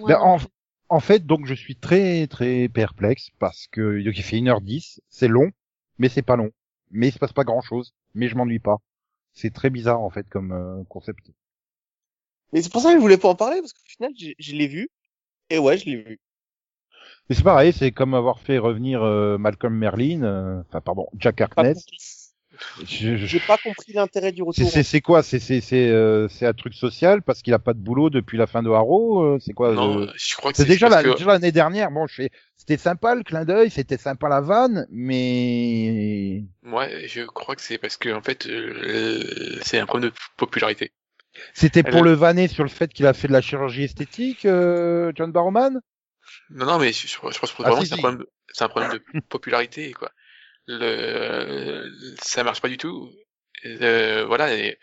Speaker 5: Moi,
Speaker 1: Ben,
Speaker 5: non
Speaker 1: en,
Speaker 5: plus.
Speaker 1: en fait, donc je suis très très perplexe parce que donc, il fait 1h10, c'est long, mais c'est pas long, mais il se passe pas grand chose, mais je m'ennuie pas. C'est très bizarre en fait comme euh, concept.
Speaker 3: Mais c'est pour ça que je voulais pas en parler, parce qu'au final, j'ai- je l'ai vu. Et ouais, je l'ai vu.
Speaker 1: Mais c'est pareil, c'est comme avoir fait revenir euh, Malcolm Merlin, euh, enfin pardon, Jack
Speaker 3: Pas
Speaker 1: Harkness.
Speaker 3: compris.
Speaker 1: Je- je-
Speaker 3: Ah J'ai pas compris l'intérêt du
Speaker 1: C'est-
Speaker 3: retour.
Speaker 1: C'est c'est quoi C'est c'est c'est euh, c'est un truc social parce qu'il a pas de boulot depuis la fin de Haro. euh, c'est quoi
Speaker 4: Non,
Speaker 1: euh,
Speaker 4: je crois que
Speaker 1: C'est déjà
Speaker 4: parce
Speaker 1: la-
Speaker 4: que-
Speaker 1: déjà l'année dernière. Bon, je sais, c'était sympa le clin d'œil, c'était sympa la vanne, mais
Speaker 4: Ouais, je crois que c'est parce que en fait, euh, c'est un problème de popularité.
Speaker 1: c'était
Speaker 4: Elle-
Speaker 1: pour le vanner sur le fait qu'il a fait de la chirurgie esthétique, euh, John Barrowman.
Speaker 4: Non, non, mais je, je pense que
Speaker 1: Ah,
Speaker 4: vraiment
Speaker 1: si,
Speaker 4: c'est un
Speaker 1: si.
Speaker 4: problème, de- c'est un problème de popularité quoi. Le, ça marche pas du tout. Euh, voilà, et,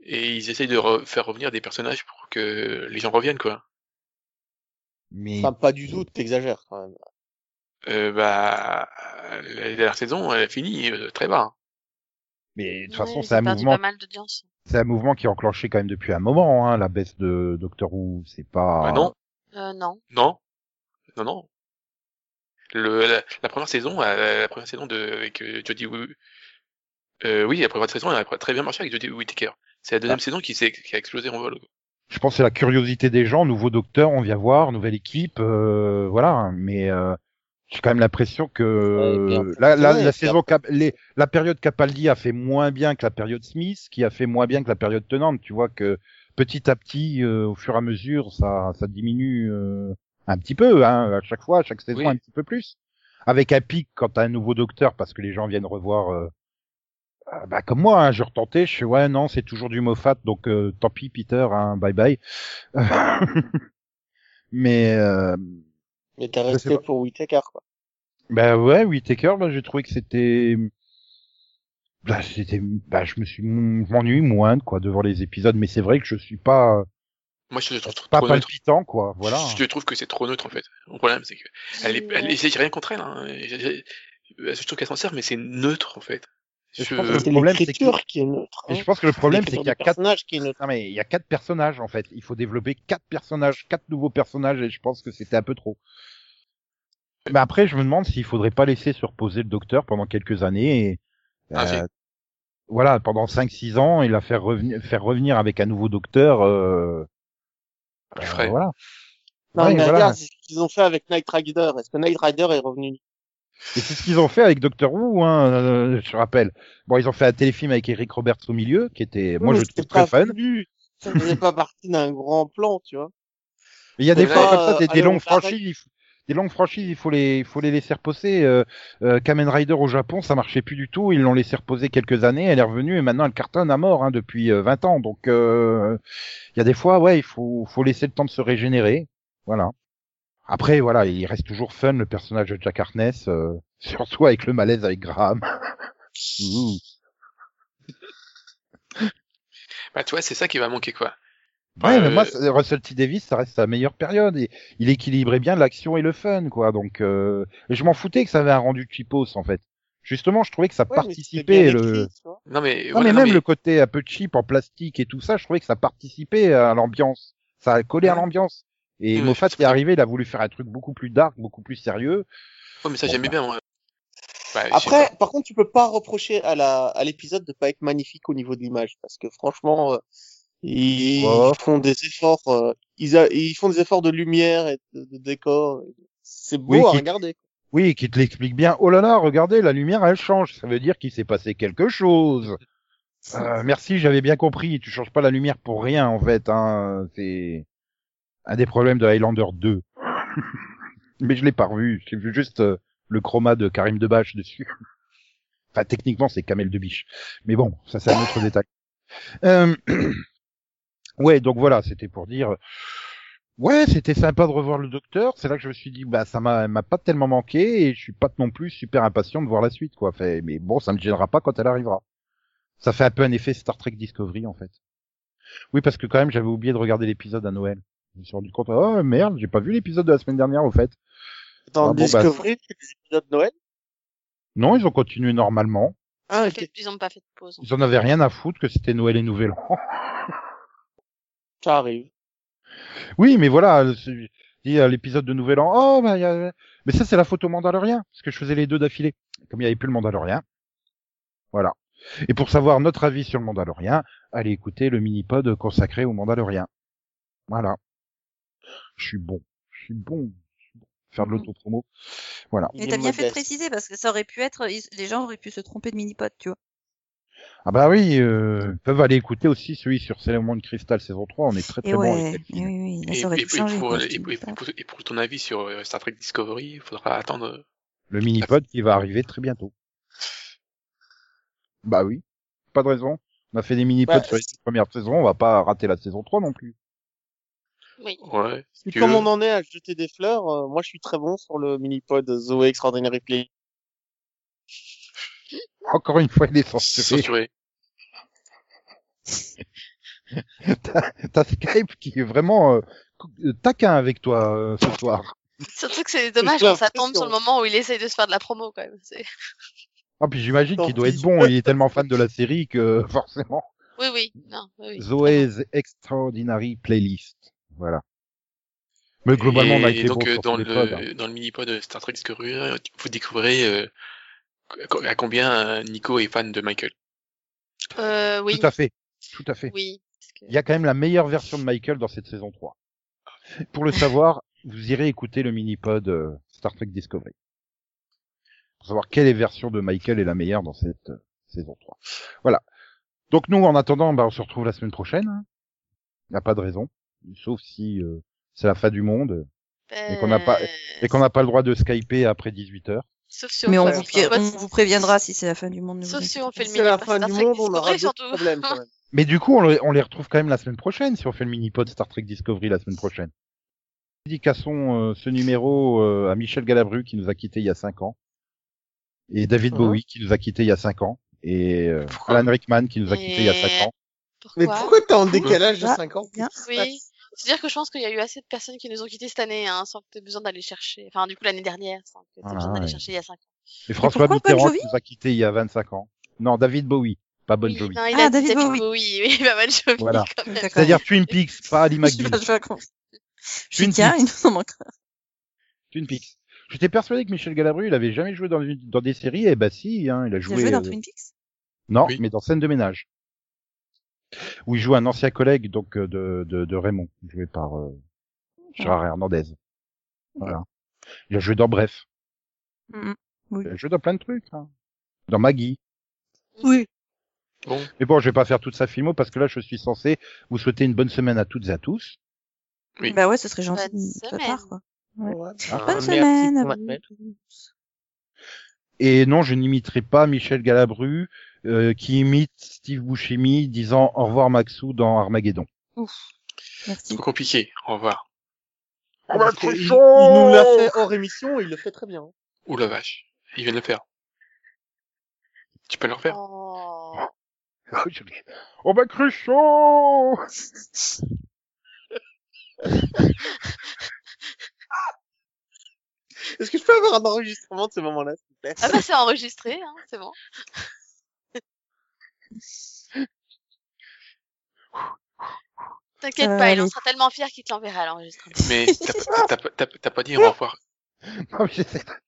Speaker 4: et ils essayent de re- faire revenir des personnages pour que les gens reviennent quoi.
Speaker 1: Mais
Speaker 3: Enfin, pas du tout, t'exagères, quand même.
Speaker 4: euh, bah, la dernière saison, elle a fini euh, très bas. hein.
Speaker 1: mais de toute
Speaker 5: Ouais,
Speaker 1: façon,
Speaker 5: ils
Speaker 1: c'est
Speaker 5: ont
Speaker 1: un
Speaker 5: perdu
Speaker 1: mouvement,
Speaker 5: pas mal d'audience.
Speaker 1: c'est un mouvement qui est enclenché quand même depuis un moment. Hein, la baisse de Doctor Who, c'est pas.
Speaker 4: Bah non,
Speaker 5: Euh, non.
Speaker 4: non, non, non. Le, la, la première saison, euh, la première saison de avec euh, Jodie Whi- euh, oui, la première saison, elle a très bien marché avec Jodie Whittaker. C'est la
Speaker 1: Ah.
Speaker 4: deuxième saison qui s'est qui a explosé en vol.
Speaker 1: je pense que c'est la curiosité des gens, nouveau docteur, on vient voir, nouvelle équipe, euh, voilà. hein, Mais euh, j'ai quand même l'impression que
Speaker 3: Ouais, et puis
Speaker 1: euh,
Speaker 3: après-
Speaker 1: la, la,
Speaker 3: ouais, et
Speaker 1: la
Speaker 3: puis
Speaker 1: saison, Cap- les- la période Capaldi a fait moins bien que la période Smith, qui a fait moins bien que la période tenante. Tu vois que petit à petit, euh, au fur et à mesure, ça, ça diminue euh, un petit peu, hein, à chaque fois, à chaque saison,
Speaker 4: Oui.
Speaker 1: un petit peu plus. Avec un pic quand t'as un nouveau docteur, parce que les gens viennent revoir. euh, euh, bah, comme moi, hein, je retentais, je fais ouais, non, c'est toujours du Moffat, donc euh, tant pis, Peter, hein, bye bye. Mais euh,
Speaker 3: Mais t'as
Speaker 1: Je sais
Speaker 3: resté
Speaker 1: pas.
Speaker 3: pour Whittaker, quoi.
Speaker 1: bah ouais, Whittaker, bah, j'ai trouvé que c'était, bah c'était, bah je me suis, je m'ennuie moins quoi devant les épisodes, mais c'est vrai que je suis pas,
Speaker 4: Moi, je le trouve
Speaker 1: pas
Speaker 4: trop neutre.
Speaker 1: palpitant quoi, voilà. hein.
Speaker 4: Je, je trouve que c'est trop neutre, en fait. Le problème, c'est que elle est, elle est- j'ai rien contre elle, hein. J'ai- j'ai- bah, Je trouve qu'elle s'en sert, mais c'est neutre, en fait.
Speaker 1: Je
Speaker 4: Je-
Speaker 1: pense que
Speaker 3: C'est
Speaker 1: Euh, le problème, c'est que-
Speaker 3: l'écriture qui est neutre.
Speaker 1: Mais
Speaker 3: hein.
Speaker 1: je pense que le problème, c'est
Speaker 3: L'écriture
Speaker 1: qu'il y a
Speaker 3: du
Speaker 1: quatre
Speaker 3: personnage qui est neutre.
Speaker 1: Non mais il y a quatre personnages en fait. Il faut développer quatre personnages, quatre nouveaux personnages et je pense que c'était un peu trop. Mais après, je me demande s'il faudrait pas laisser se reposer le docteur pendant quelques années. Et, euh,
Speaker 4: Ah, si.
Speaker 1: Voilà, pendant 5-6 ans, et la faire revenir, faire revenir avec un nouveau docteur. Euh,
Speaker 4: Plus
Speaker 1: euh,
Speaker 4: frais.
Speaker 1: voilà.
Speaker 3: Non,
Speaker 1: Ouais,
Speaker 3: mais
Speaker 1: voilà.
Speaker 3: regarde c'est ce qu'ils ont fait avec Knight Rider. Est-ce que Knight Rider est revenu
Speaker 1: Et c'est ce qu'ils ont fait avec Doctor Who, hein, euh, je rappelle. Bon, ils ont fait un téléfilm avec Eric Roberts au milieu, qui était, moi je
Speaker 3: Oui, mais
Speaker 1: le trouve
Speaker 3: c'était
Speaker 1: très
Speaker 3: pas
Speaker 1: fun.
Speaker 3: voulu. Ça faisait pas partie d'un grand plan, tu vois.
Speaker 1: Mais Il y a des
Speaker 4: Mais là,
Speaker 1: fois comme ça,
Speaker 3: euh,
Speaker 1: des, des
Speaker 3: allez, on
Speaker 1: longues
Speaker 3: l'arrête.
Speaker 1: franchises, il faut- des longues franchises, il faut les, il faut les laisser reposer. Euh, euh, Kamen Rider au Japon, ça marchait plus du tout. Ils l'ont laissé reposer quelques années. Elle est revenue et maintenant elle cartonne à mort hein, depuis euh, 20 ans. Donc euh, il y a des fois, ouais, il faut, faut laisser le temps de se régénérer. Voilà. Après, voilà, il reste toujours fun le personnage de Jack Harkness, euh, surtout avec le malaise avec Graham. Ouh.
Speaker 4: Bah, tu vois, c'est ça qui va manquer, quoi.
Speaker 1: Ouais,
Speaker 4: Euh,
Speaker 1: mais moi, c'est- Bah, Russell T. Davis, ça reste sa meilleure période. Il, il équilibrait bien l'action et le fun, quoi. Donc, euh, et je m'en foutais que ça avait un rendu cheapos, en fait. Justement, je trouvais que ça
Speaker 3: Ouais, mais c'était
Speaker 1: participait.
Speaker 3: bien
Speaker 1: Le...
Speaker 3: écrit, tu vois.
Speaker 4: Non, mais,
Speaker 1: Non,
Speaker 4: voilà,
Speaker 1: mais
Speaker 4: non,
Speaker 1: même
Speaker 4: mais-
Speaker 1: le côté un peu cheap en plastique et tout ça, je trouvais que ça participait à l'ambiance. Ça collait à
Speaker 4: Ouais.
Speaker 1: l'ambiance. Et
Speaker 4: Oui, mais
Speaker 1: Moffat
Speaker 4: je-
Speaker 1: il est arrivé, il a voulu faire un truc beaucoup plus dark, beaucoup plus sérieux.
Speaker 4: ouais, mais ça,
Speaker 1: Bon,
Speaker 4: j'aimais bien, moi. Bah, je sais
Speaker 3: Après, par contre, tu peux pas reprocher à la à l'épisode de pas être magnifique au niveau de l'image, parce que franchement, euh, ils
Speaker 1: Ouais.
Speaker 3: font des efforts, euh, ils a- ils font des efforts de lumière et de, de décor. C'est beau
Speaker 1: Oui,
Speaker 3: à
Speaker 1: qui-
Speaker 3: regarder.
Speaker 1: Oui, qui te l'explique bien. Oh là là, regardez, la lumière, elle change. Ça veut dire qu'il s'est passé quelque chose. Euh, merci, j'avais bien compris. Tu changes pas la lumière pour rien, en fait. Hein. C'est un des problèmes de Highlander 2. Mais je l'ai pas revu. J'ai vu juste euh, le chroma de Karim Debache dessus. enfin, techniquement, c'est Kamel Debiche. Mais bon, ça, c'est un autre détail. Euh, ouais, donc voilà, c'était pour dire... Ouais, c'était sympa de revoir le docteur. C'est là que je me suis dit, bah, ça m'a m'a pas tellement manqué et je suis pas non plus super impatient de voir la suite, quoi. Fait, mais bon, ça me gênera pas quand elle arrivera. Ça fait un peu un effet Star Trek Discovery, en fait. Oui, parce que quand même, j'avais oublié de regarder l'épisode à Noël. Je me suis rendu compte, oh merde, j'ai pas vu l'épisode de la semaine dernière, au fait.
Speaker 3: Dans
Speaker 1: Ah bon, bah-
Speaker 3: Discovery, c'est des épisodes de Noël.
Speaker 1: Non, ils ont continué normalement.
Speaker 3: Ah,
Speaker 5: Fait-
Speaker 3: ok.
Speaker 5: Ils ont pas fait de pause.
Speaker 1: Ils en avaient rien à foutre que c'était Noël et Nouvel An.
Speaker 3: ça arrive.
Speaker 1: Oui, mais
Speaker 2: Ah,
Speaker 1: voilà, euh, c'est- dit à l'épisode de Nouvel An, oh, bah, y a- mais ça c'est la photo Mandalorian, parce que je faisais les deux d'affilée, comme il n'y avait plus le Mandalorian. Voilà. Et pour savoir notre avis sur le Mandalorian, allez écouter le mini-pod consacré au Mandalorian. Voilà. Je suis bon, je suis bon. je suis bon. Faire de
Speaker 2: Mhm.
Speaker 1: l'autopromo.
Speaker 3: Il
Speaker 2: Mais
Speaker 3: est
Speaker 2: t'as bien fait de
Speaker 3: modeste.
Speaker 2: préciser parce que ça aurait pu être, ils- les gens auraient pu se tromper de mini-pod, tu vois.
Speaker 1: Ah bah oui, euh, ils peuvent aller écouter aussi celui sur Célément de Cristal saison 3, on est très très
Speaker 2: Et
Speaker 1: bon
Speaker 2: ouais,
Speaker 1: avec
Speaker 2: oui,
Speaker 1: cette ligne.
Speaker 2: oui, là,
Speaker 4: Et,
Speaker 2: ça aurait
Speaker 4: et-
Speaker 2: pu
Speaker 4: et
Speaker 2: changer.
Speaker 4: pour,
Speaker 2: quoi, je
Speaker 4: et-
Speaker 2: te dis
Speaker 4: et-
Speaker 2: ça.
Speaker 4: pour- et pour ton avis sur euh, Star Trek Discovery, il faudra attendre. euh,
Speaker 1: Le mini-pod qui va arriver très bientôt. Bah oui. Pas de raison. On a fait des mini-pods
Speaker 3: Bah,
Speaker 1: sur les deux premières saisons, on va pas rater la saison 3 non plus.
Speaker 5: Oui.
Speaker 4: Ouais. si
Speaker 3: Puis
Speaker 4: tu
Speaker 3: comme
Speaker 4: veux.
Speaker 3: on en est à jeter des fleurs, euh, moi je suis très bon sur le mini-pod Zoé Extraordinary Play.
Speaker 1: Encore une fois, il est censuré.
Speaker 4: Censuré.
Speaker 1: T'as t'as Skype qui est vraiment euh, cou- euh, taquin avec toi euh, ce soir.
Speaker 5: Surtout que c'est dommage
Speaker 3: J'ai
Speaker 5: quand ça tombe
Speaker 3: l'impression.
Speaker 5: sur le moment où il essaye de se faire de la promo quand même. C'est-
Speaker 1: Ah puis j'imagine
Speaker 3: Tant
Speaker 1: qu'il doit
Speaker 3: pis.
Speaker 1: être bon, il est tellement fan de la série que forcément.
Speaker 5: Oui, oui. Non, oui, oui.
Speaker 1: Zoé's Extraordinary Playlist. Voilà. Mais globalement, on a
Speaker 4: Et
Speaker 1: été
Speaker 4: donc,
Speaker 1: bon
Speaker 4: euh,
Speaker 1: sur
Speaker 4: dans,
Speaker 1: tous les
Speaker 4: le,
Speaker 1: pods, hein.
Speaker 4: dans le mini-pod de Star Trek Discovery, euh, vous découvrirez euh, co- à combien euh, Nico est fan de Michael.
Speaker 5: Euh, oui.
Speaker 1: Tout à fait. Tout à fait.
Speaker 5: Oui. Parce que-
Speaker 1: Il y a quand même la meilleure version de Michael dans cette saison 3. Pour le savoir, vous irez écouter le mini-pod euh, Star Trek Discovery. Pour savoir quelle est version de Michael est la meilleure dans cette euh, saison 3. Voilà. Donc nous, en attendant, bah, on se retrouve la semaine prochaine. Il n'y a pas de raison. Sauf si euh, c'est la fin du monde. Et qu'on n'a pas- et qu'on n'a pas le droit de skyper après 18 heures.
Speaker 5: Euh, Sauf si on
Speaker 2: Mais on
Speaker 5: fait-
Speaker 2: vous,
Speaker 3: pied-
Speaker 5: Sauf
Speaker 2: on vous préviendra si c'est la fin du monde. ne vous
Speaker 5: si on
Speaker 2: inquiétez
Speaker 5: fait
Speaker 3: C'est
Speaker 5: le
Speaker 3: la
Speaker 5: mini-pod
Speaker 3: fin
Speaker 5: Star
Speaker 3: du
Speaker 5: Trek
Speaker 3: monde, on aura
Speaker 5: Discovery,
Speaker 3: d'autres
Speaker 5: surtout.
Speaker 3: problèmes quand même.
Speaker 1: Mais du coup, on, le- on les retrouve quand même la semaine prochaine, si on fait le mini-pod Star Trek Discovery la semaine prochaine. Dédicassons euh, ce numéro euh, à Michel Galabru, qui nous a quittés il y a 5 ans, et David
Speaker 3: Ah.
Speaker 1: Bowie, qui nous a quittés il y a 5 ans, et euh,
Speaker 4: Pourquoi
Speaker 1: Alan Rickman, qui nous a quittés il y a
Speaker 5: Et-
Speaker 1: 5 ans.
Speaker 3: Mais
Speaker 5: Pourquoi
Speaker 3: pourquoi t'es en décalage de
Speaker 2: Ah,
Speaker 3: 5 ans
Speaker 2: bien.
Speaker 5: Oui. C'est-à-dire que je pense qu'il y a eu assez de personnes qui nous ont quittés cette année, hein, sans que tu aies besoin d'aller chercher. Enfin, du coup, l'année dernière, sans que tu aies
Speaker 1: Ah,
Speaker 5: besoin d'aller
Speaker 1: ouais.
Speaker 5: chercher il y a 5 ans.
Speaker 1: Et François
Speaker 2: pourquoi Bon
Speaker 1: Mitterrand,
Speaker 2: Jovi
Speaker 1: qui nous a quittés il y a 25 ans. Non, David Bowie, pas Bon Jovi.
Speaker 5: Non, il
Speaker 2: Ah,
Speaker 5: a dit
Speaker 2: David
Speaker 5: David
Speaker 2: Bowie.
Speaker 5: Bowie. Oui, bah, Bon Jovi,
Speaker 1: Voilà.
Speaker 5: quand même.
Speaker 2: D'accord.
Speaker 1: C'est-à-dire Twin Peaks, pas Ali
Speaker 2: pas. Je sais
Speaker 1: McBeal.
Speaker 2: pas, je vais raconter. Je
Speaker 1: Twin
Speaker 2: suis tiens, il nous en manque.
Speaker 1: Twin Peaks. J'étais persuadé que Michel Galabru, il avait jamais joué dans, une- dans des séries, et bah si, hein, il a
Speaker 2: Tu
Speaker 1: joué.
Speaker 2: as joué dans
Speaker 1: euh,
Speaker 2: Twin Peaks
Speaker 1: Non,
Speaker 4: Oui.
Speaker 1: mais dans Scène de ménage. Où il joue un ancien collègue donc euh, de, de, de Raymond, joué par euh, Gérard Hernandez. Voilà. Il a joué dans Bref.
Speaker 5: Mm,
Speaker 2: Mhm.
Speaker 1: Il a joué dans plein de trucs. hein. Dans Maggie.
Speaker 2: Oui.
Speaker 4: Bon,
Speaker 1: Mais bon, je vais pas faire toute sa filmo parce que là, je suis censé vous souhaiter une bonne semaine à toutes et à tous.
Speaker 4: Oui.
Speaker 2: Bah ouais, ce serait gentil
Speaker 5: Bonne
Speaker 2: de ta part,
Speaker 5: semaine.
Speaker 2: quoi.
Speaker 3: Ouais.
Speaker 4: Ah,
Speaker 2: Bonne
Speaker 3: merci
Speaker 2: semaine
Speaker 3: pour
Speaker 2: à
Speaker 3: l'appel.
Speaker 2: vous.
Speaker 1: Et non, je n'imiterai pas Michel Galabru euh, qui imite Steve Buscemi disant au revoir Maxou dans Armageddon.
Speaker 2: Merci.
Speaker 4: trop compliqué. Au revoir.
Speaker 3: Ah,
Speaker 1: Oh,
Speaker 3: parce
Speaker 1: bah,
Speaker 3: que
Speaker 1: c'est
Speaker 3: il, il
Speaker 1: chaud
Speaker 3: nous l'a fait hors émission, il le fait très bien.
Speaker 4: Ouh la vache. Ils viennent le faire. Tu peux le refaire.
Speaker 5: Oh.
Speaker 1: Oh, je l'ai- oh bah Cruchot
Speaker 3: Est-ce que je peux avoir un enregistrement de ce moment-là, s'il vous plaît
Speaker 5: Ah bah, c'est enregistré, hein, c'est bon. T'inquiète
Speaker 2: Ça va
Speaker 3: Euh,
Speaker 5: pas, il en
Speaker 2: aller.
Speaker 5: sera tellement fier qu'il te l'enverra à l'enregistrement.
Speaker 4: Mais t'as pas- t'as pas- t'as pas- t'as pas dit au revoir.
Speaker 1: Non, mais j'essaie de-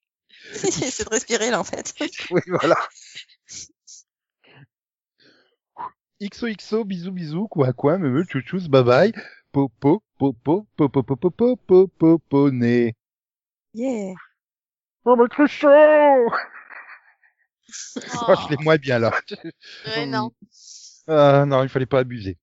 Speaker 2: J'essaie de respirer, là, en fait.
Speaker 1: Oui, voilà. XOXO, bisous, bisous, quoi, quoi, me, me, chouchous, bye bye, popo, popo, popo, popo, popo, popo, né.
Speaker 2: Yeah.
Speaker 1: Oh, mais Cruchot! Oh, je l'ai moins bien, là.
Speaker 5: Ouais, non.
Speaker 1: Ah, non, il fallait pas abuser.